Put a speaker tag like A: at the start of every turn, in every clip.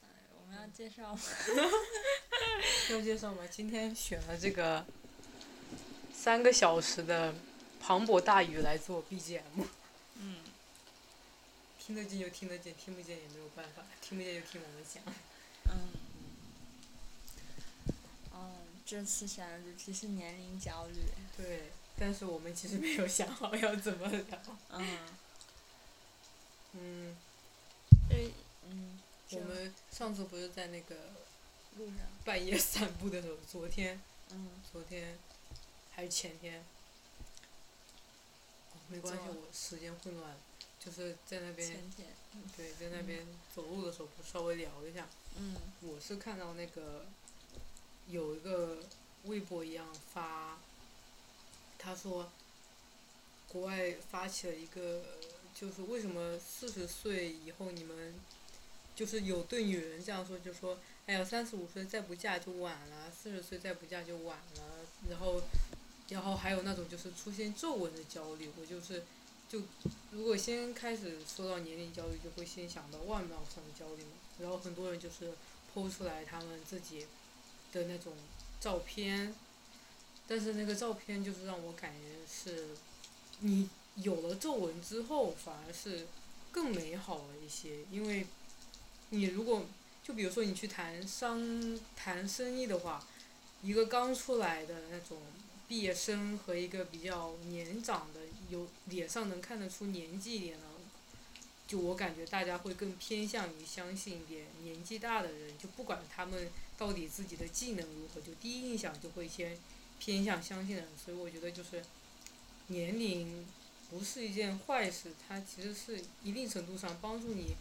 A: 哎介绍吗？
B: 要介绍吗？今天选了这个三个小时的磅礴大雨来做 BGM，
A: 嗯，
B: 听得见就听得见，听不见也没有办法，听不见就听我们讲。
A: 嗯，嗯，这次想的主题是年龄焦虑。
B: 对，但是我们其实没有想好要怎么聊。
A: 嗯，
B: 嗯，
A: 对，嗯，
B: 我
A: 就
B: 们上次不是在那个
A: 路上，
B: 半夜散步的时候，昨天，
A: 嗯，
B: 昨天还是前天，哦没关系，
A: 昨
B: 我时间混乱了，就是在那边
A: 前天，
B: 对，在那边走路的时候不稍微聊一下。
A: 嗯
B: 我是看到那个有一个微博一样发，他说国外发起了一个，就是为什么四十岁以后你们就是有对女人这样说，就说哎呀三十五岁再不嫁就晚了，四十岁再不嫁就晚了，然后然后还有那种就是出现皱纹的焦虑，我就是。就如果先开始说到年龄焦虑，就会先想到外貌上的焦虑嘛。然后很多人就是剖出来他们自己的那种照片，但是那个照片就是让我感觉是，你有了皱纹之后反而是更美好了一些，因为你如果就比如说你去谈商谈生意的话，一个刚出来的那种毕业生和一个比较年长的，有脸上能看得出年纪一点的，就我感觉大家会更偏向于相信一点年纪大的人，就不管他们到底自己的技能如何，就第一印象就会先偏向相信的人。所以我觉得就是年龄不是一件坏事，它其实是一定程度上帮助你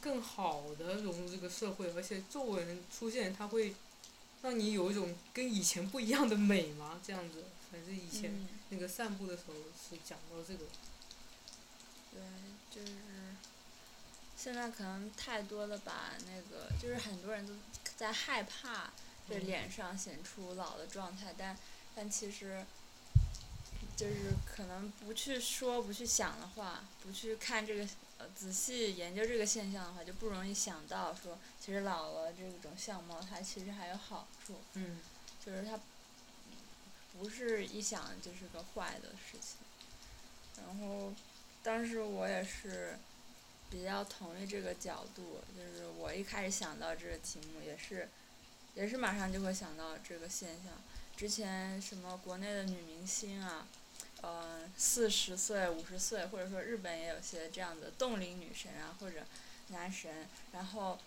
B: 更好的融入这个社会，而且皱纹出现它会让你有一种跟以前不一样的美嘛，这样子。反正以前
A: 嗯，
B: 那个散步的时候是讲到这个，
A: 对，就是现在可能太多的把那个，就是很多人都在害怕这
B: 嗯
A: 脸上显出老的状态，但但其实。就是可能不去说、不去想的话，不去看这个呃仔细研究这个现象的话，就不容易想到说，其实老了这种相貌它其实还有好处，
B: 嗯。
A: 就是它不是一想就是个坏的事情。然后，当时我也是比较同意这个角度，就是我一开始想到这个题目也是，也是马上就会想到这个现象。之前什么国内的女明星啊，呃，四十岁、五十岁，或者说日本也有些这样的冻龄女神啊，或者男神，然后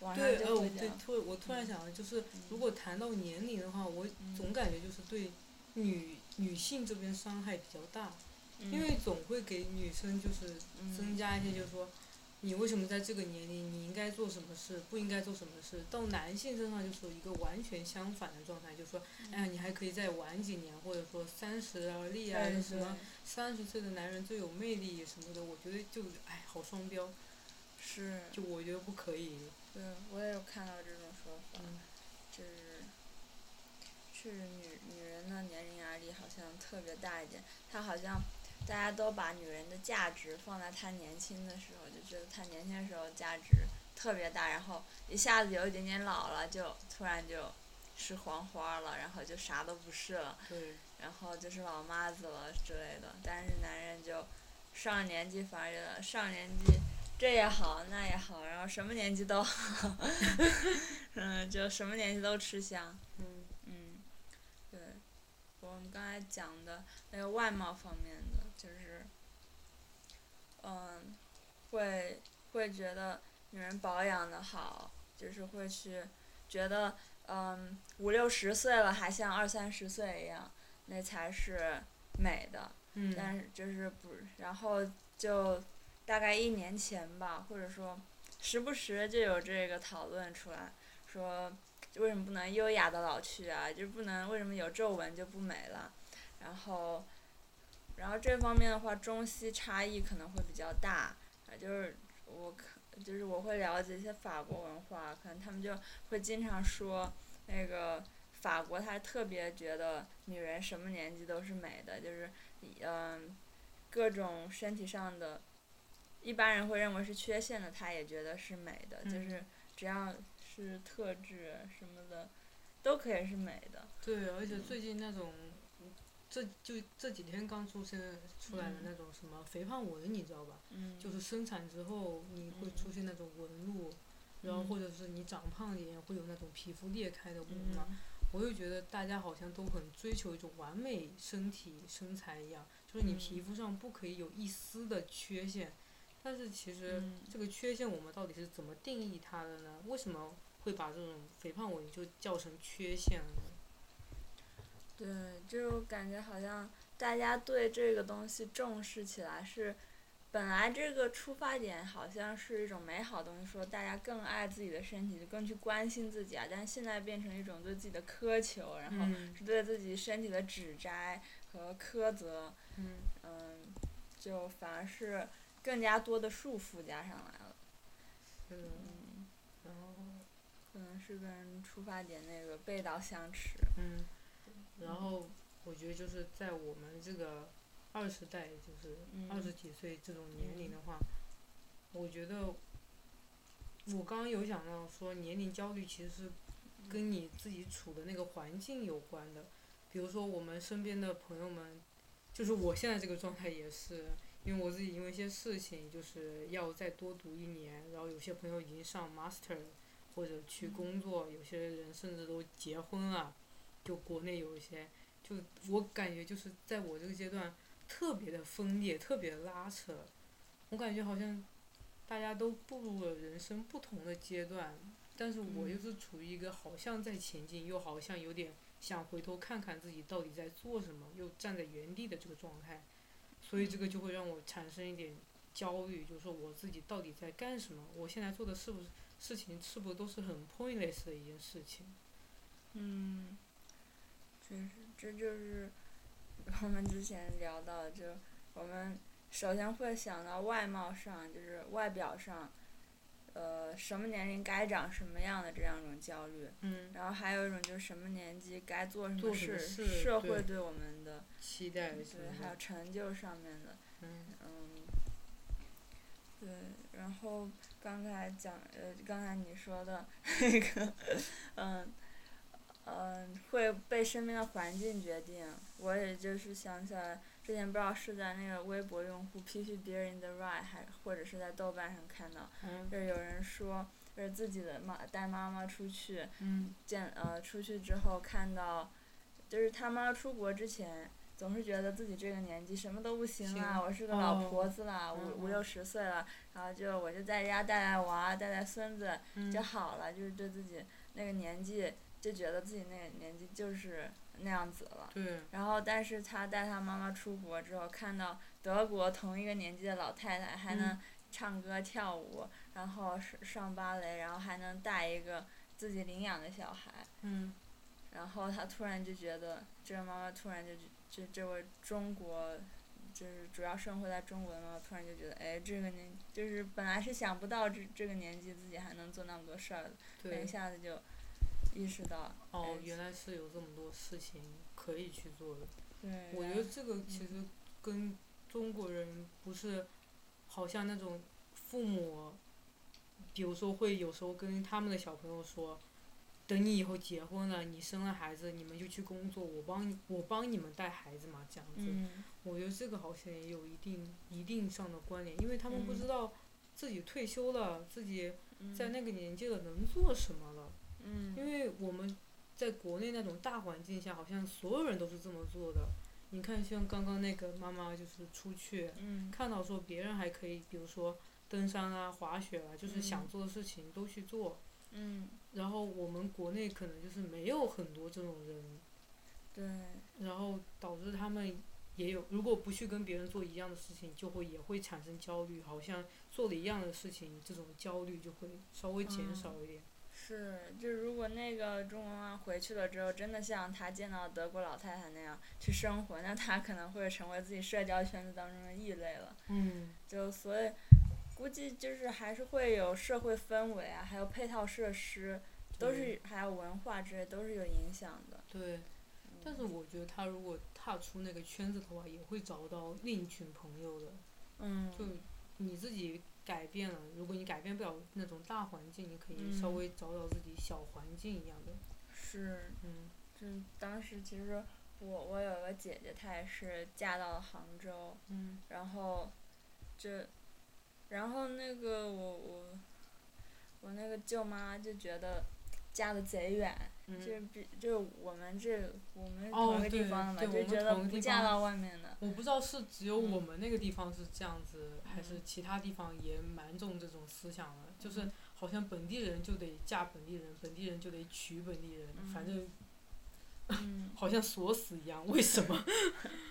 A: 网上
B: 对，呃，
A: 就
B: 我
A: 会
B: 对
A: 讲，
B: 突我突然
A: 嗯
B: 想到，就是
A: 嗯
B: 如果谈到年龄的话，我
A: 嗯
B: 总感觉就是对女女性这边伤害比较大，因为总会给女生就是
A: 嗯
B: 增加一些，就是说你为什么在这个年龄你应该做什么事，不应该做什么事。到男性身上就是一个完全相反的状态，就是说，哎呀，你还可以再玩几年，或者说三十而立啊，
A: 对
B: 什么三十岁的男人最有魅力什么的，我觉得就哎，好双标，
A: 是，
B: 就我觉得不可以。
A: 对，我也有看到这种说法，
B: 嗯
A: 就是是女女人的年龄压力好像特别大一点，她好像大家都把女人的价值放在她年轻的时候，就觉得她年轻的时候价值特别大，然后一下子有一点点老了，就突然就是黄花了，然后就啥都不是了。
B: 对，
A: 然后就是老妈子了之类的。但是男人就上了年纪反而觉得上了年纪这也好那也好，然后什么年纪都好， 嗯，就什么年纪都吃香。
B: 嗯。
A: 嗯，对，我们刚才讲的那个外貌方面的，就是，嗯，会会觉得女人保养的好，就是会去觉得，嗯，五六十岁了还像二三十岁一样，那才是美的。
B: 嗯，
A: 但是就是不是，然后就大概一年前吧，或者说时不时就有这个讨论出来，说为什么不能优雅的老去啊？就不能为什么有皱纹就不美了？然后，然后这方面的话，中西差异可能会比较大，啊，就是我可就是我会了解一些法国文化，可能他们就会经常说那个。法国，他特别觉得女人什么年纪都是美的，就是嗯，各种身体上的，一般人会认为是缺陷的，他也觉得是美的，就
B: 嗯
A: 是只要是特质什么的，都可以是美的。
B: 对，而且最近那种，这就这几天刚出现出来的那种什么肥胖纹，你知道吧？
A: 嗯，
B: 就是生产之后你会出现那种纹路，然后或者是你长胖一点会有那种皮肤裂开的纹嘛。
A: 嗯
B: 我就觉得大家好像都很追求一种完美身体身材一样，就是你
A: 嗯
B: 皮肤上不可以有一丝的缺陷。但是其实
A: 嗯
B: 这个缺陷我们到底是怎么定义它的呢？为什么会把这种肥胖纹就叫成缺陷呢？
A: 对，就感觉好像大家对这个东西重视起来是，本来这个出发点好像是一种美好的东西，说大家更爱自己的身体，就更去关心自己啊，但现在变成一种对自己的苛求，然后
B: 嗯
A: 是对自己身体的指摘和苛责，
B: 嗯，
A: 嗯，就反而是更加多的束缚加上来了，
B: 是的
A: 嗯，
B: 然后
A: 可能是跟出发点那个背道相驰，
B: 嗯，然后我觉得就是在我们这个二十代，就是
A: 嗯
B: 二十几岁这种年龄的话，我觉得我刚刚有想到说年龄焦虑其实是跟你自己处的那个环境有关的，比如说我们身边的朋友们，就是我现在这个状态也是。因为我自己因为一些事情，就是要再多读一年，然后有些朋友已经上 master 了或者去工作，有些人甚至都结婚了，就国内有一些，就我感觉就是在我这个阶段特别的分裂，特别地拉扯，我感觉好像大家都步入了人生不同的阶段，但是我
A: 嗯
B: 就是处于一个好像在前进，又好像有点想回头看看自己到底在做什么，又站在原地的这个状态，所以这个就会让我产生一点焦虑，就是说我自己到底在干什么，我现在做的是不是事情是不是都是很 pointless 的一件事情？
A: 嗯，确实，这就是我们之前聊到，就我们首先会想到外貌上，就是外表上，呃，什么年龄该长什么样的这样一种焦虑，
B: 嗯，
A: 然后还有一种就是什么年纪该做什
B: 做
A: 么
B: 什么
A: 事，
B: 事
A: 社会
B: 对
A: 对我们的，
B: 期待
A: 嗯对，
B: 什么
A: 还有
B: 的，
A: 成就上面的，
B: 嗯
A: 嗯，对，然后刚才讲，呃，刚才你说的那个，嗯，嗯，会被身边的环境决定。我也就是想起来，之前不知道是在那个微博用户批评别人的 right，还或者是在豆瓣上看到，
B: 嗯
A: 就是有人说，就是自己的妈带妈妈出去
B: 嗯
A: 见，呃，出去之后看到，就是他妈出国之前。总是觉得自己这个年纪什么都不行啦，
B: 行
A: 我是个老
B: 哦
A: 婆子啦，
B: 嗯
A: 五五
B: 嗯
A: 六十岁了，然后就我就在家带带娃，带带孙子，
B: 嗯
A: 就好了，就是对自己那个年纪就觉得自己那个年纪就是那样子了。
B: 对，
A: 然后，但是他带他妈妈出国之后，看到德国同一个年纪的老太太还能
B: 嗯
A: 唱歌跳舞，然后是上芭蕾，然后还能带一个自己领养的小孩，
B: 嗯
A: 然后他突然就觉得，这个妈妈突然就觉这这位中国，就是主要生活在中国的妈妈，突然就觉得，哎，这个年就是本来是想不到这这个年纪自己还能做那么多事儿的，但
B: 对
A: 一，下子就意识到了，
B: 哦
A: 哎，
B: 原来是有这么多事情可以去做的。
A: 对，
B: 我觉得这个其实跟中国人不是，好像那种父母，比如说会有时候跟他们的小朋友说，等你以后结婚了，你生了孩子，你们就去工作，我帮你，我帮你们带孩子嘛，这样子。
A: 嗯，
B: 我觉得这个好像也有一定一定上的关联，因为他们不
A: 嗯
B: 知道自己退休了，自己
A: 嗯
B: 在，那个年纪了能做什么了。因
A: 嗯，
B: 为我们在国内那种大环境下，好像所有人都是这么做的。你看，像刚刚那个妈妈就是出去，
A: 嗯，
B: 看到说别人还可以，比如说登山啊、滑雪啊，就是想
A: 嗯
B: 做的事情都去做。
A: 嗯，
B: 然后我们国内可能就是没有很多这种人，
A: 对，
B: 然后导致他们也有，如果不去跟别人做一样的事情，就会也会产生焦虑，好像做了一样的事情，这种焦虑就会稍微减
A: 嗯
B: 少一点。
A: 是，就如果那个中国妈妈回去了之后，真的像她见到德国老太太那样去生活，那她可能会成为自己社交圈子当中的异类了。
B: 嗯，
A: 就所以，估计就是还是会有社会氛围啊，还有配套设施，都是还有文化之类都是有影响的。
B: 对。但是我觉得他如果踏出那个圈子的话，也会找到另一群朋友的。
A: 嗯，
B: 就你自己改变了，如果你改变不了那种大环境，你可以
A: 嗯
B: 稍微找找自己小环境一样的。
A: 是，
B: 嗯
A: 就是当时其实我我有个姐姐，她也是嫁到了杭州，
B: 嗯
A: 然后这，然后那个我我我那个舅妈就觉得嫁的贼远，就
B: 嗯，
A: 比就我们这我们是
B: 哦
A: 同一个地
B: 对
A: 方的
B: 对
A: 嘛，
B: 我
A: 就
B: 们
A: 觉得
B: 同一个
A: 不
B: 地
A: 嫁
B: 方
A: 到外面 的，
B: 我不知道是只有
A: 嗯
B: 我们那个地方是这样子，还是
A: 嗯
B: 其他地方也蛮重这种思想的，就是好像本地人就得嫁本地人，本地人就得娶本地人，反
A: 嗯
B: 正
A: 嗯。
B: 好像锁死一样。为什么？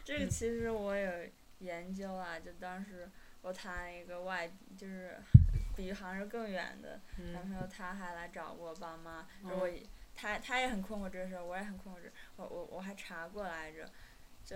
A: 这个
B: 嗯
A: 其实我有研究啊，就当时我谈一个外，就是比杭州更远的男
B: 嗯
A: 朋友，他还来找我爸妈，
B: 嗯
A: 我也他他也很困惑这个事儿，我也很困惑这，我我我还查过来着，就。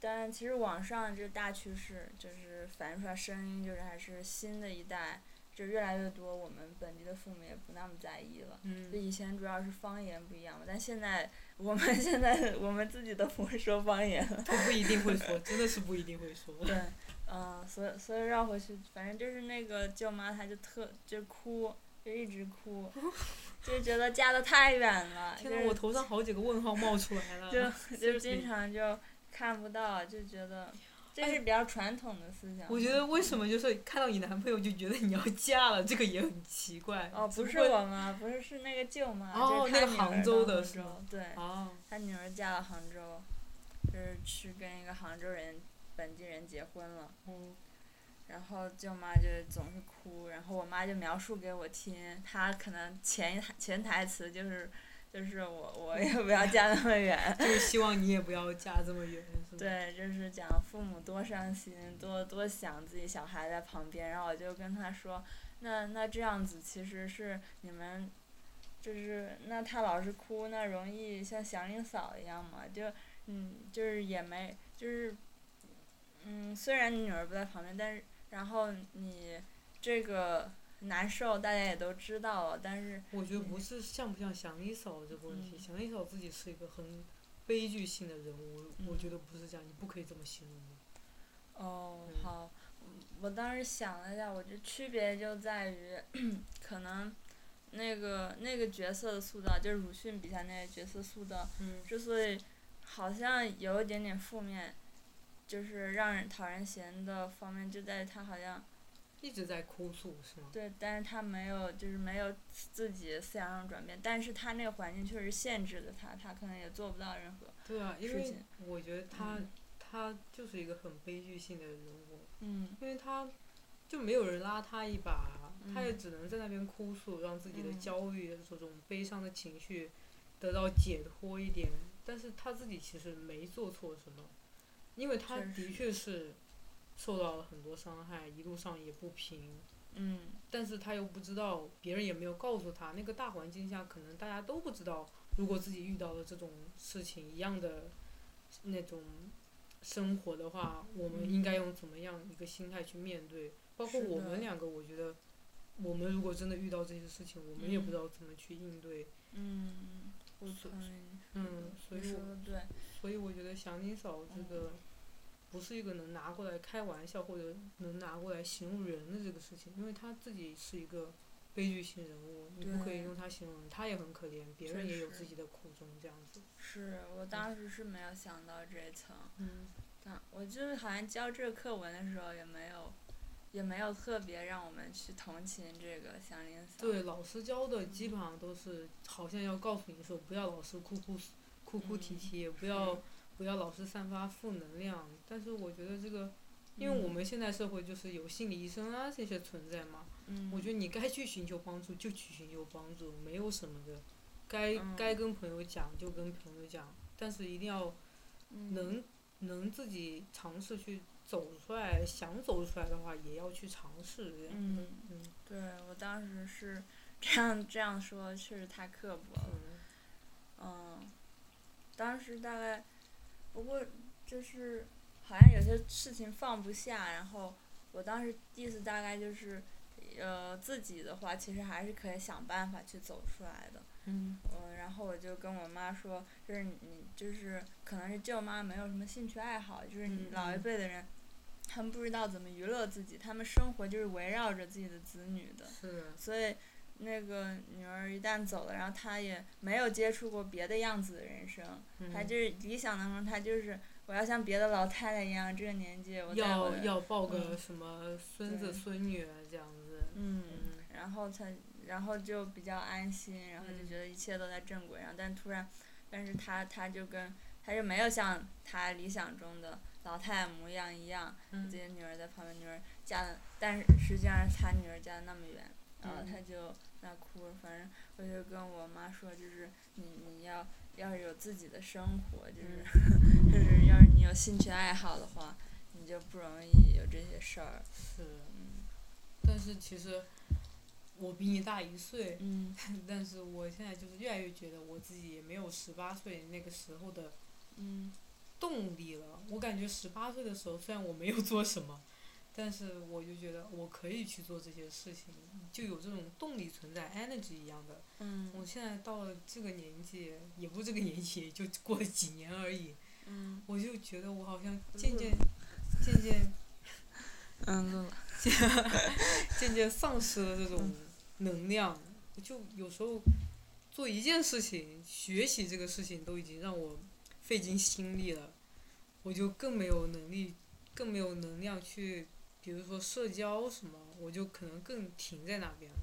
A: 但其实网上这大趋势就是反映出来声音，就是还是新的一代，就越来越多，我们本地的父母也不那么在意了。就
B: 嗯，
A: 以前主要是方言不一样嘛，但现在我们 现在我们自己都不会说方言了。
B: 他不一定会说，真的是不一定会 说。
A: 对，嗯、所以所以绕回去，反正就是那个舅妈，她就特就哭，就一直 哭，就觉得嫁的太远了，就
B: 天哪，
A: 是
B: 我头上好几个问号冒出来了。
A: 就就经
B: Seriously
A: 常就看不到，就觉得这
B: 哎
A: 是比较传统的思想。
B: 我觉得为什么就是看到你男朋友就觉得你要嫁了，这个也很奇怪。
A: 哦，
B: 只
A: 不是
B: 过
A: 我妈，不是是那个舅妈，
B: 哦
A: 就是
B: 那
A: 她
B: 个
A: 女
B: 杭
A: 儿
B: 州
A: 到
B: 的
A: 杭
B: 是吗
A: 州，对，
B: 哦，
A: 他女儿嫁到杭州，就是去跟一个杭州人本地人结婚了。
B: 嗯
A: 然后舅妈就总是哭，然后我妈就描述给我听，她可能潜一潜台词就是，就是我我也不要嫁那么远，
B: 就是希望你也不要嫁这么远，是吧？
A: 对，就是讲父母多伤心，多多想自己小孩在旁边，然后我就跟她说，那那这样子其实是你们，就是那她老是哭，那容易像祥林嫂一样嘛，就嗯，就是也没就是，嗯，虽然你女儿不在旁边，但是然后你这个难受大家也都知道了，但是
B: 我觉得不是像不像祥林嫂这个问题，
A: 嗯
B: 祥林嫂自己是一个很悲剧性的人物，我
A: 嗯
B: 觉得不是这样，你不可以这么形容的。
A: 哦
B: 嗯
A: 好，我当时想了一下，我觉得区别就在于 可能。那个那个角色的塑造，就是鲁迅笔下那个角色塑造，
B: 嗯
A: 之所以好像有一点点负面，就是让人讨人嫌的方面，就在于他好像
B: 一直在哭诉是吗？
A: 对，但是他没有，就是没有自己思想上转变，但是他那个环境确实限制了他，他可能也做不到任何，
B: 对啊，因
A: 是
B: 为
A: 这样
B: 我觉得他、
A: 嗯
B: 他就是一个很悲剧性的人物，
A: 嗯
B: 因为他就没有人拉他一把，他也
A: 嗯
B: 只能在那边哭诉，让自己的
A: 嗯
B: 焦虑、这种悲伤的情绪得到解脱一点。但是他自己其实没做错什么，因为他
A: 确
B: 的
A: 实
B: 确是受到了很多伤害，一路上也不平，
A: 嗯，
B: 但是他又不知道，别人也没有告诉他，那个大环境下可能大家都不知道，如果自己遇到了这种事情一样的那种生活的话，我们
A: 嗯
B: 应该用怎么样一个心态去面对？包括
A: 是的
B: 我们两个，我觉得我们如果真的遇到这些事情，我们也
A: 嗯
B: 不知道怎么去应对。
A: 嗯，我同意，
B: 嗯，所
A: 你
B: 以
A: 说
B: 我
A: 的对，
B: 所以我觉得祥林嫂
A: 嗯
B: 这个不是一个能拿过来开玩笑或者能拿过来形容人的这个事情，因为她自己是一个悲剧性人物，你不可以
A: 对
B: 用她形容，她也很可怜，别人
A: 确
B: 也有
A: 实
B: 自己的苦衷，这样子。
A: 是我当时是没有想到这一层，
B: 嗯，
A: 但我就是好像教这个课文的时候也没有，也没有特别让我们去同情这个祥林嫂，嗯
B: 对，老师教的基本上都是好像要告诉你说，不要老是哭哭哭哭啼
A: 嗯
B: 啼，不
A: 是
B: 要不要老是散发负能量。但是我觉得这个，因为我
A: 嗯
B: 们现在社会就是有心理医生啊这些存在嘛，
A: 嗯，
B: 我觉得你该去寻求帮助就去寻求帮助，没有什么的，该该
A: 嗯
B: 跟朋友讲就跟朋友讲，但是一定要
A: 嗯
B: 能能自己尝试去走出来，想走出来的话也要去尝试。这样
A: 嗯，
B: 嗯
A: 对我当时是这样这样说，确实太刻薄了。
B: 嗯
A: 嗯，当时大概，不过就是好像有些事情放不下，然后我当时意思大概就是，呃，自己的话其实还是可以想办法去走出来的。
B: 嗯
A: 嗯，然后我就跟我妈说，就是你就是可能是舅妈没有什么兴趣爱好，就是
B: 嗯
A: 老一
B: 嗯
A: 辈的人，他们不知道怎么娱乐自己，他们生活就是围绕着自己的子女的，
B: 是的，
A: 所以那个女儿一旦走了，然后她也没有接触过别的样子的人生，她
B: 嗯，
A: 就是理想当中，她就是我要像别的老太太一样，这个年纪我带我
B: 要
A: 的
B: 要抱个
A: 嗯
B: 什么孙
A: 对
B: 子孙女啊这样子，
A: 嗯，
B: 嗯，
A: 然后才然后就比较安心，然后就
B: 嗯
A: 觉得一切都在正轨上，但突然，但是她她就跟她就没有像她理想中的老太太模样一样。自己
B: 嗯
A: 的女儿在旁边，女儿嫁的，但是实际上他女儿嫁的那么远，然后
B: 嗯
A: 他就那哭，反正我就跟我妈说，就是你你要要是有自己的生活，就是、 就是要是你有兴趣爱好的话，你就不容易有这些事儿。
B: 是的，
A: 嗯
B: 但是其实我比你大一岁，
A: 嗯
B: 但是我现在就是越来越觉得我自己也没有十八岁那个时候的
A: 嗯
B: 动力了。我感觉十八岁的时候，虽然我没有做什么，但是我就觉得我可以去做这些事情，就有这种动力存在，energy 一样的。我
A: 嗯
B: 现在到了这个年纪，也不是这个年纪，就过了几年而已，
A: 嗯
B: 我就觉得我好像渐渐、渐渐、
A: 嗯，乐了。
B: 渐渐丧失了这种
A: 嗯
B: 能量。我就有时候做一件事情，学习这个事情都已经让我费尽心力了，我就更没有能力，更没有能量去，比如说社交什么，我就可能更停在那边了。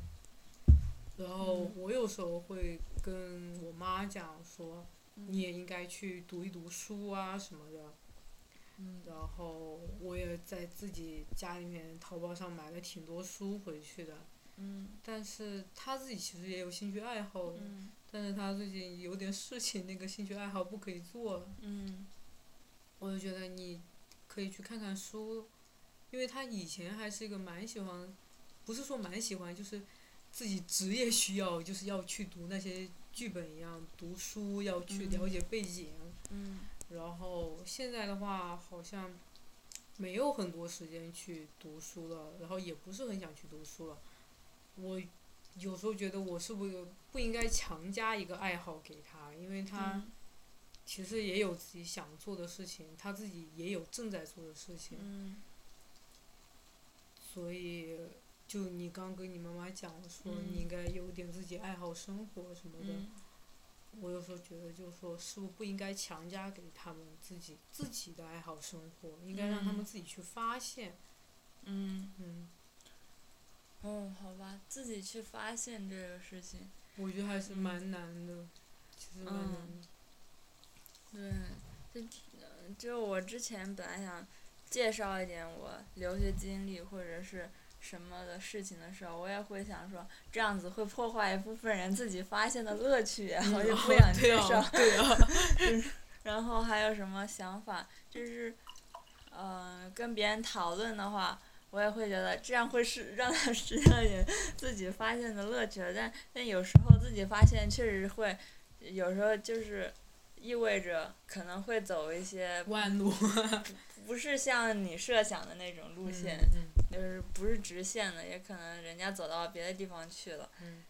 B: 然后
A: 嗯
B: 我有时候会跟我妈讲说，你也应该去读一读书啊什么的。
A: 嗯
B: 然后我也在自己家里面淘宝上买了挺多书回去的，
A: 嗯
B: 但是他自己其实也有兴趣爱好，
A: 嗯
B: 但是他最近有点事情，那个兴趣爱好不可以做了，
A: 嗯
B: 我就觉得你可以去看看书，因为他以前还是一个蛮喜欢，不是说蛮喜欢，就是自己职业需要，就是要去读那些剧本一样，读书要去
A: 嗯
B: 了解背景，
A: 嗯
B: 然后现在的话，好像没有很多时间去读书了，然后也不是很想去读书了。我有时候觉得我是不是不应该强加一个爱好给他，因为
A: 嗯
B: 他其实也有自己想做的事情，他自己也有正在做的事情，
A: 嗯
B: 所以就你刚跟你妈妈讲说，
A: 嗯
B: 你应该有点自己爱好生活什么的。
A: 嗯
B: 我有时候觉得，就是说，是不是不应该强加给他们自己自己的爱好生活，应该让他们
A: 嗯
B: 自己去发现。
A: 嗯
B: 嗯，
A: 哦，好吧，自己去发现这个事情。
B: 我觉得还是
A: 嗯
B: 蛮难的，其实蛮难的。
A: 对，就呃就我之前本来想介绍一点我留学经历或者是什么的事情的时候，我也会想说这样子会破坏一部分人自己发现的乐趣，啊我就不想
B: 对
A: 介绍。
B: 啊， 对啊，
A: 然后还有什么想法？就是，呃，跟别人讨论的话，我也会觉得这样会是让他实际上也自己发现的乐趣了。但但有时候自己发现确实会，有时候就是意味着可能会走一些
B: 弯路
A: 不是像你设想的那种路线，
B: 嗯嗯
A: 就是不是直线的，也可能人家走到别的地方去了。
B: 嗯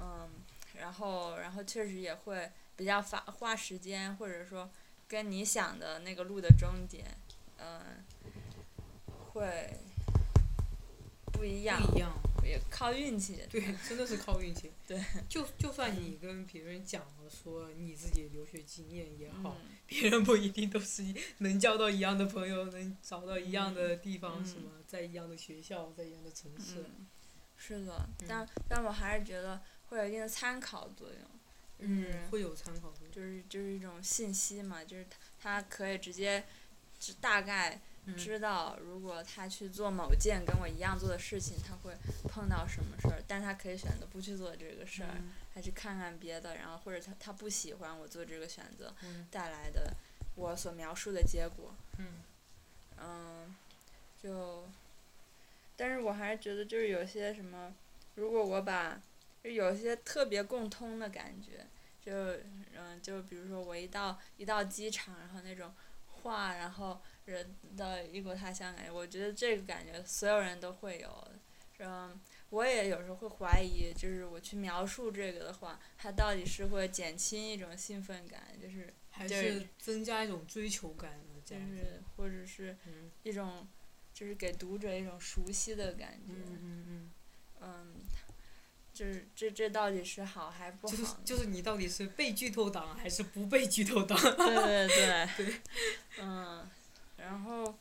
A: 嗯，然后然后确实也会比较花花时间，或者说跟你想的那个路的终点，嗯，会不一样，
B: 不 一样。
A: 也靠运气。
B: 对，真的是靠运气。
A: 对，嗯
B: 就就算你跟别人讲了说你自己留学经验也好，
A: 嗯
B: 别人不一定都是一能交到一样的朋友，能找到一样的地方，
A: 嗯
B: 什么在一样的学校，在一样的城市。
A: 嗯，是的，但但我还是觉得会有一定的参考作用，就是。
B: 嗯，会有参考作用。
A: 就是就是一种信息嘛，就是他他可以直接知大概
B: 嗯
A: 知道，如果他去做某件跟我一样做的事情，他会碰到什么事儿，但他可以选择不去做这个事
B: 嗯
A: 儿，他去看看别的，然后或者他他不喜欢我做这个选择
B: 嗯
A: 带来的我所描述的结果，
B: 嗯
A: 嗯，就，但是我还是觉得就是有些什么，如果我把就有些特别共通的感觉，就嗯，就比如说我一到一到机场，然后那种话，然后人到异国他乡感觉，我觉得这个感觉所有人都会有。嗯，我也有时候会怀疑，就是我去描述这个的话，它到底是会减轻一种兴奋感，就是
B: 还
A: 就是
B: 是增加一种追求感的这
A: 就
B: 样子。
A: 是或者是
B: 嗯
A: 一种就是给读者一种熟悉的感觉。
B: 嗯嗯嗯，
A: 嗯，就是这这到底是好还是不
B: 就是
A: 好呢？
B: 就是你到底是被剧透党还是不被剧透党？
A: 对对对嗯，然后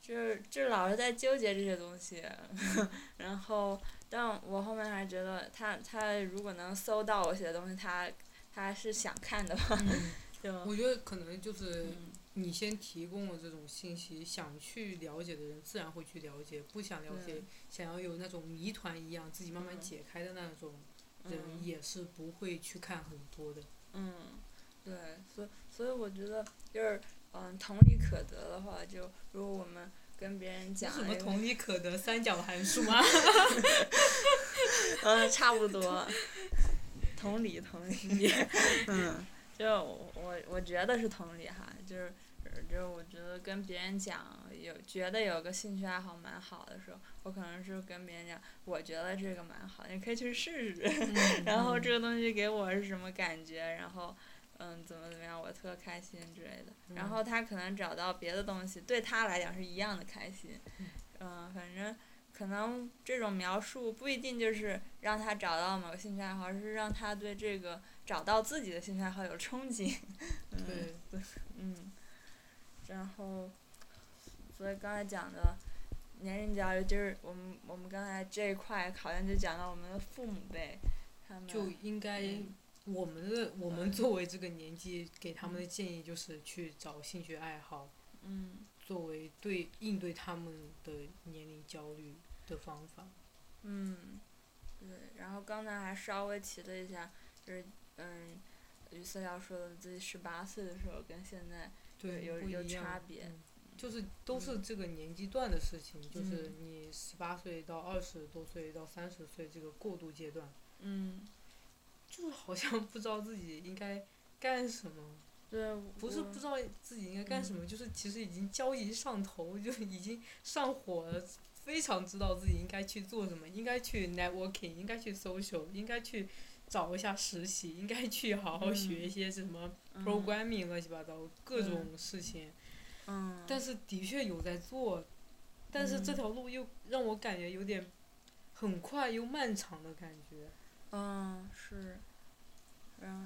A: 就是就是老是在纠结这些东西，嗯 然后但我后面还是觉得他他如果能搜到我写的东西，他他是想看的吧，
B: 嗯，
A: 就
B: 我觉得可能就是
A: 嗯
B: 你先提供了这种信息，想去了解的人自然会去了解，不想了解，
A: 嗯
B: 想要有那种谜团一样自己慢慢
A: 嗯
B: 解开的那种人，
A: 嗯
B: 也是不会去看很多的。
A: 嗯，对，所以所以我觉得就是嗯同理可得的话，就如果我们跟别人
B: 有
A: 讲哎
B: 什
A: 了
B: 么
A: 一个
B: 同理可得三角函数 吗？
A: 嗯，差不多。同理，同理。嗯， 就我我觉得是同理哈，就是就是我觉得跟别人讲有觉得有个兴趣爱好蛮好的时候，我可能是跟别人讲，我觉得这个蛮好，你可以去试试。 嗯然后这个东西给我是什么感觉，然后。嗯，怎么怎么样，我特开心之类的。然
B: 嗯
A: 后他可能找到别的东西，对他来讲是一样的开心。嗯，反正可能这种描述不一定就是让他找到某个兴趣爱好，而是让他对这个找到自己的兴趣爱好有憧憬。
B: 对，
A: 嗯，然后，所以刚才讲的年龄教育，就是我们我们刚才这一块好像就讲到我们的父母辈，他们
B: 就应该
A: 嗯
B: 我们的我们作为这个年纪给他们的建议就是去找兴趣爱好，
A: 嗯
B: 作为对应对他们的年龄焦虑的方法。
A: 嗯，对。然后刚才还稍微提了一下，就是嗯，于思瑶说的自己十八岁的时候跟现在
B: 对，
A: 有
B: 不
A: 有
B: 一样
A: 差别
B: 嗯就是都是这个年纪段的事情，就是
A: 嗯
B: 你十八岁到二十多岁到三十岁这个过渡阶段，
A: 嗯。
B: 就是好像 不知道自己应该干什么，
A: 对，
B: 不是
A: 我
B: 不知道自己应该干什么，
A: 嗯
B: 就是其实已经焦急上头，就已经上火了，非常知道自己应该去做什么，应该去 networking，应该去 social，应该去找一下实习，应该去好好
A: 嗯
B: 学一些什么 programming 乱七八糟各种事情。
A: 嗯，
B: 但
A: 是
B: 是的确有在做，但是这
A: 嗯
B: 条路又让我感觉有点很快又漫长的感 觉。
A: 嗯是，然后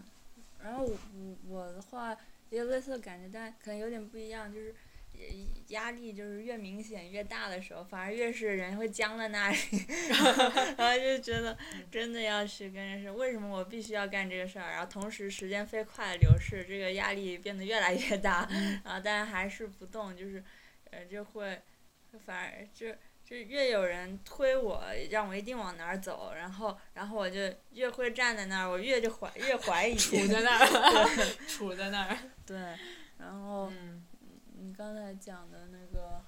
A: 然后我我的话也有类似的感觉，但可能有点不一样，就是也压力就是越明显越大的时候，反而越是人会僵在那里， 然后就觉得真的要去跟人说为什么我必须要干这个事儿，然后同时时间飞快地流逝，这个压力变得越来越大，然后但还是不动，就是呃就会反而就。就越有人推我，让我一定往哪儿走，然后，然后我就越会站在那儿，我越就怀越怀疑，
B: 杵在那儿， 杵在那儿。
A: 对，然后，
B: 嗯，
A: 你刚才讲的那个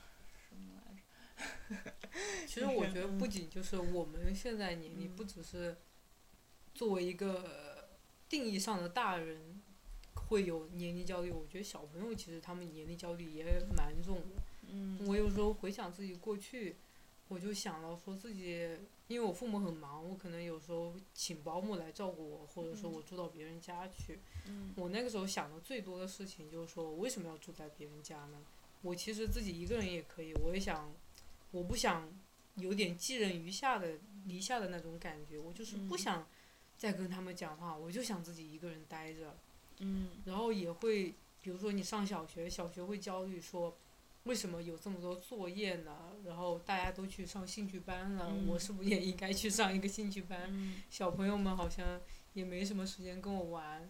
A: 什么来着？
B: 其实我
A: 是
B: 觉得不仅就是我们现在年龄，
A: 嗯
B: 不只是作为一个定义上的大人会有年龄焦虑，我觉得小朋友其实他们年龄焦虑也蛮重的。
A: 嗯
B: 我有时候回想自己过去，我就想到说自己，因为我父母很忙，我可能有时候请保姆来照顾我，或者说
A: 嗯
B: 我住到别人家去。
A: 嗯
B: 我那个时候想的最多的事情就是说，我为什么要住在别人家呢？我其实自己一个人也可以，我也想，我不想有点寄人篱下的篱下的那种感觉，我就是不
A: 嗯
B: 想再跟他们讲话，我就想自己一个人待着。
A: 嗯
B: 然后也会，比如说你上小学，小学会焦虑说，为什么有这么多作业呢？然后大家都去上兴趣班了，
A: 嗯
B: 我是不是也应该去上一个兴趣班？
A: 嗯
B: 小朋友们好像也没什么时间跟我玩，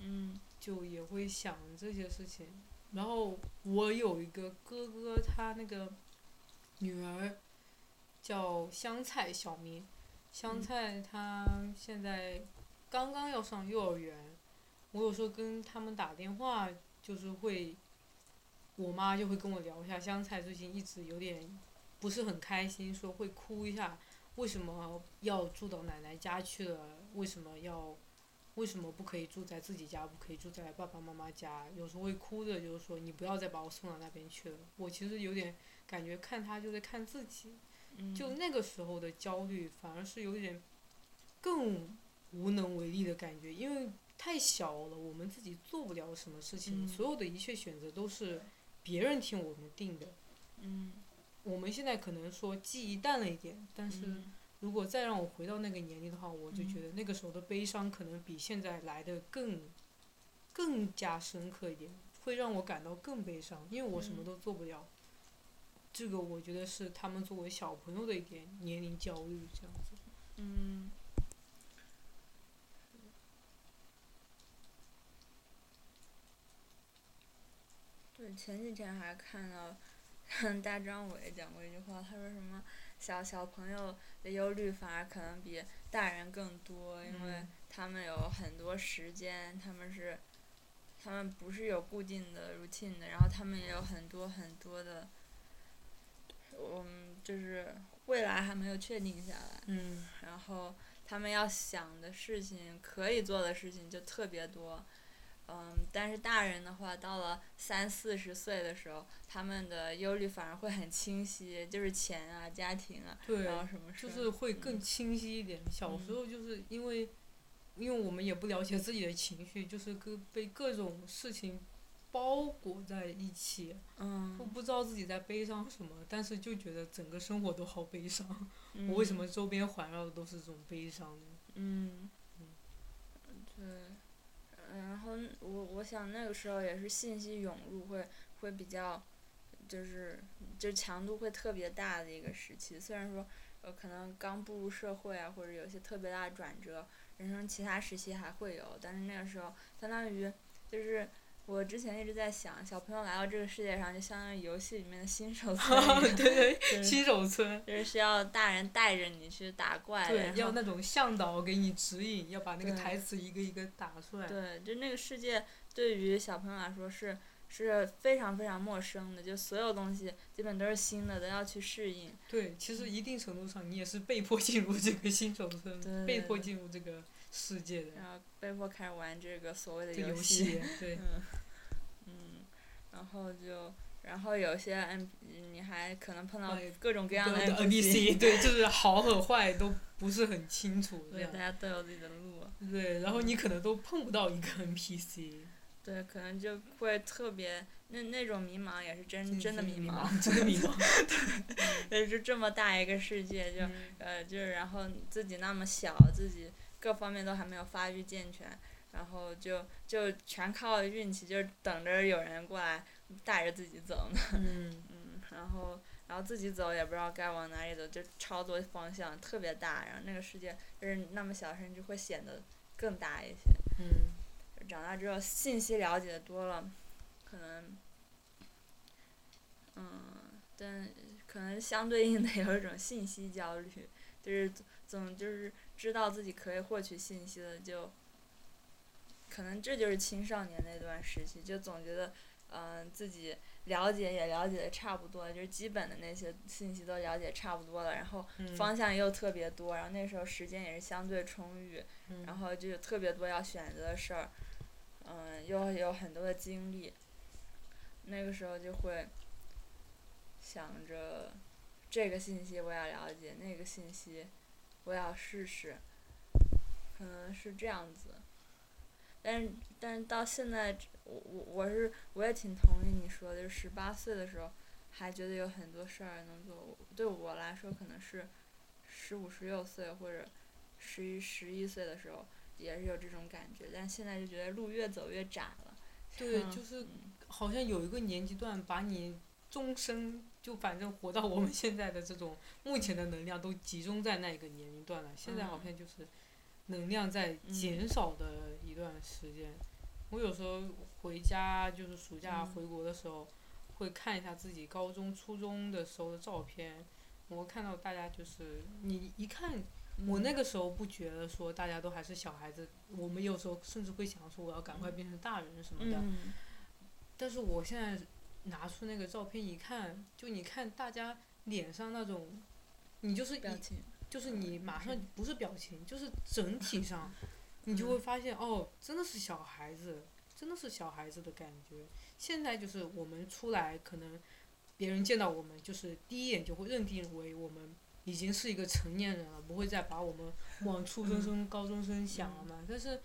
A: 嗯
B: 就也会想这些事情。然后我有一个哥哥，他那个女儿叫香菜小明，香
A: 嗯
B: 菜她现在刚刚要上幼儿园。我有时候跟他们打电话，就是会，我妈就会跟我聊一下香菜最近一直有点不是很开心，说会哭一下，为什么要住到奶奶家去了？为什么要？为什么不可以住在自己家，不可以住在爸爸妈妈家？有时候会哭着，就是说你不要再把我送到那边去了。我其实有点感觉看他就在看自己，
A: 嗯，
B: 就那个时候的焦虑，反而是有点更无能为力的感觉，因为太小了，我们自己做不了什么事情，
A: 嗯
B: 所有的一切选择都是别人替我们定的。
A: 嗯
B: 我们现在可能说记忆淡了一点，但是
A: 嗯
B: 如果再让我回到那个年龄的话，我就
A: 嗯
B: 觉得那个时候的悲伤可能比现在来的更更加深刻一点，会让我感到更悲伤，因为我什么
A: 嗯
B: 都做不了。这个我觉得是他们作为小朋友的一点年龄焦虑这样子。
A: 嗯，对，前几天还看到 大张伟讲过一句话，他说什么小小朋友的忧虑反而可能比大人更多，因为
B: 嗯
A: 他们有很多时间，他们是他们不是有固定的 routine 的，然后他们也有很多很多的，嗯，就是未来还没有确定下来。
B: 嗯
A: 然后他们要想的事情、可以做的事情就特别多。嗯，但是大人的话，到了三四十岁的时候，他们的忧虑反而会很清晰，就是钱啊、家庭啊，嗯
B: 对，
A: 然后什么事
B: 就
A: 儿，
B: 是会更清晰一点。小时候就是因为，因为我们也不了解自己的情绪，就是各被各种事情包裹在一起，
A: 嗯
B: 我，不知道自己在悲伤什么，但是就觉得整个生活都好悲伤。
A: 嗯
B: 我为什么周边环绕的都是这种悲伤呢？
A: 嗯
B: 嗯，
A: 对，呃然后我我想那个时候也是信息涌入会会比较，就是就强度会特别大的一个时期。虽然说呃可能刚步入社会啊，或者有一些特别大的转折，人生其他时期还会有，但是那个时候相当于就是。我之前一直在想，小朋友来到这个世界上，就相当于游戏里面的新手村一样，
B: 对，
A: 就是
B: 新手村。
A: 就是需要大人带着你去打怪，
B: 对，
A: 然后
B: 要那种向导给你指引，要把那个
A: 哎对
B: 台词一个一个打出来。
A: 对，就那个世界对于小朋友来说是是非常非常陌生的，就所有东西基本都是新的，都要去适应。
B: 对，其
A: 嗯
B: 实一定程度上，你也是被迫进入这个新手村，
A: 对
B: 被
A: 对
B: 迫
A: 对
B: 进入这个世界的。
A: 然后被迫开始玩这个所谓的
B: 这游
A: 戏。
B: 戏， 对，
A: 嗯嗯，然后就然后有些 N，你还可能碰到
B: 哎
A: 各哦种各样的
B: 对
A: NPC，
B: NPC，对，就是好和坏都不是很清楚，这
A: 对，
B: 样
A: 大家都有自己的嗯路。
B: 对，然后你可能都碰不到一个 NPC，
A: 对，可能就会特别那那种迷茫，也是嗯真真的
B: 迷
A: 迷茫，，
B: 真的迷茫，
A: 对， 就这么大一个世界就。呃，就是然后自己那么小，自己各方面都还没有发育健全，然后就就全靠运气，就是等着有人过来带着自己走呢。
B: 嗯，
A: 嗯，然后然后自己走也不知道该往哪里走，就超多方向，特别大。然后那个世界就是那么小，甚至会显得更大一些。
B: 嗯，
A: 长大之后信息了解多了，可能，嗯，但可能相对应的有一种信息焦虑，就是总就是知道自己可以获取信息了，就，可能这就是青少年那段时期，就总觉得，嗯、自己了解也了解的差不多，就是基本的那些信息都了解差不多了，然后
B: 嗯，
A: 方向又特别多，然后那时候时间也是相对充裕，
B: 嗯
A: 然后就有特别多要选择的事儿，嗯，又有很多的精力，那个时候就会想着这个信息我要了解，那个信息我要试试，可能是这样子。但是但是到现在，我我我是我也挺同意你说的，就是十八岁的时候还觉得有很多事儿能做，对我来说可能是十五十六岁或者十一十一岁的时候也是有这种感觉，但现在就觉得路越走越窄了。
B: 对，
A: 嗯
B: 就是好像有一个年纪段把你终生就反正活到我们现在的这种目前的能量都集中在那一个年龄段了，现在好
A: 嗯
B: 像就是能量在减少的一段时间。我有时候回家就是暑假
A: 嗯
B: 回国的时候，会看一下自己高中、初中的时候的照片。我看到大家就是你一看
A: 嗯
B: 我那个时候不觉得说大家都还是小孩子，我们有时候甚至会想说我要赶快变成大人什么的。
A: 嗯
B: 但是我现在拿出那个照片一看，就你看大家脸上那种，你就是一
A: 表情，
B: 就是你马上不是表情，就是整体上，你就会发现哦，真的是小孩子，真的是小孩子的感觉。现在就是我们出来，可能别人见到我们，就是第一眼就会认定为我们已经是一个成年人了，不会再把我们往初中生、高中生想了嘛。但是，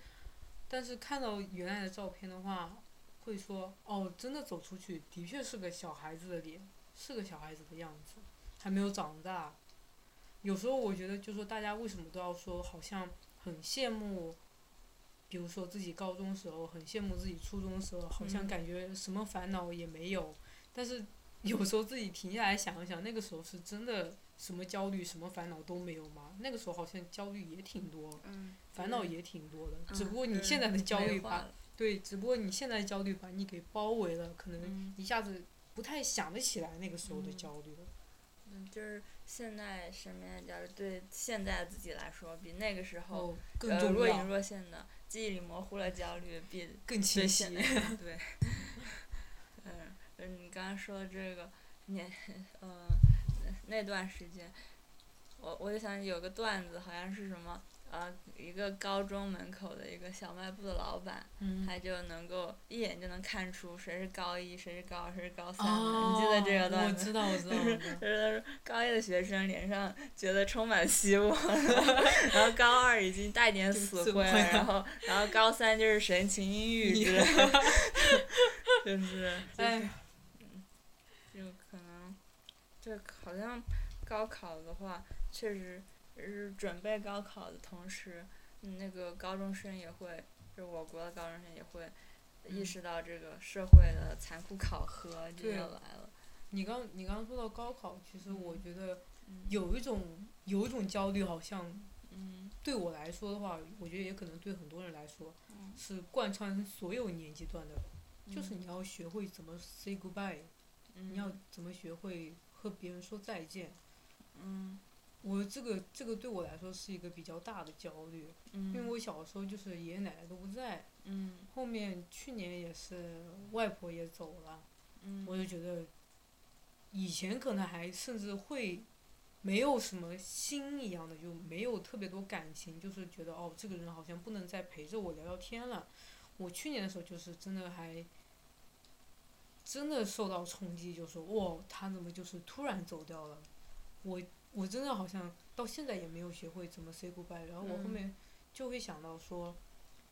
B: 但是看到原来的照片的话，会说哦，真的走出去的确是个小孩子的脸，是个小孩子的样子，还没有长大。有时候我觉得，就说大家为什么都要说，好像很羡慕，比如说自己高中时候很羡慕自己初中时候，好像
A: 嗯
B: 感觉什么烦恼也没有。但是有时候自己停下来想一想，那个时候是真的什么焦虑、什么烦恼都没有吗？那个时候好像焦虑也挺多，
A: 嗯，
B: 烦恼
A: 嗯
B: 也挺多的，只
A: 嗯
B: 不过你
A: 对
B: 现在的焦虑
A: 美化
B: 吧，
A: 了
B: 对，只不过你现在焦虑把你给包围了，可能
A: 嗯，
B: 一下子不太想得起来那个时候的
A: 嗯
B: 焦虑了。
A: 嗯就是现在身边的焦虑，对现在自己来说，比那个时候
B: 哦，更
A: 呃
B: 重
A: 若
B: 要
A: 隐，若现的记忆里模糊了焦虑，比
B: 更
A: 对
B: 清
A: 现
B: 晰
A: 在。对，嗯嗯，你刚刚说的这个年，呃，那段时间，我我就想起有个段子，好像是什么呃，一个高中门口的一个小卖部的老板，
B: 嗯，
A: 他就能够一眼就能看出谁是高一，谁是高二，谁是高三的。
B: 哦，
A: 你记得这个
B: 我
A: 段子？
B: 知道，我知道，我知道。
A: 就是高一的学生脸上觉得充满希望， 然后高二已经带点死灰了，然后然后高三就是神情阴郁之类的， 就是就是
B: 哎，
A: 就可能，这好像高考的话，确实是准备高考的同时，嗯那个高中生也会，就是我国的高中生也会意
B: 嗯
A: 识到这个社会的残酷考核就
B: 对
A: 要来了，
B: 你刚你刚说到高考，其实我觉得
A: 嗯
B: 有一种有一种焦虑，好像
A: 嗯
B: 对我来说的话，我觉得也可能对很多人来说
A: 嗯，
B: 是贯穿所有年级段的，就是
A: 嗯
B: 你要学会怎么 say goodbye，你要怎么学会和别人说再见。
A: 嗯
B: 我这个这个对我来说是一个比较大的焦虑，因为
A: 嗯
B: 我小时候就是爷爷奶奶都不在，
A: 嗯
B: 后面去年也是外婆也走了，
A: 嗯
B: 我就觉得以前可能还甚至会没有什么心一样的，就没有特别多感情，就是觉得哦，这个人好像不能再陪着我聊聊天了。我去年的时候就是真的还真的受到冲击，就说哇，他怎么就是突然走掉了？我我真的好像到现在也没有学会怎么 say goodbye，然后我后
A: 嗯
B: 面就会想到说，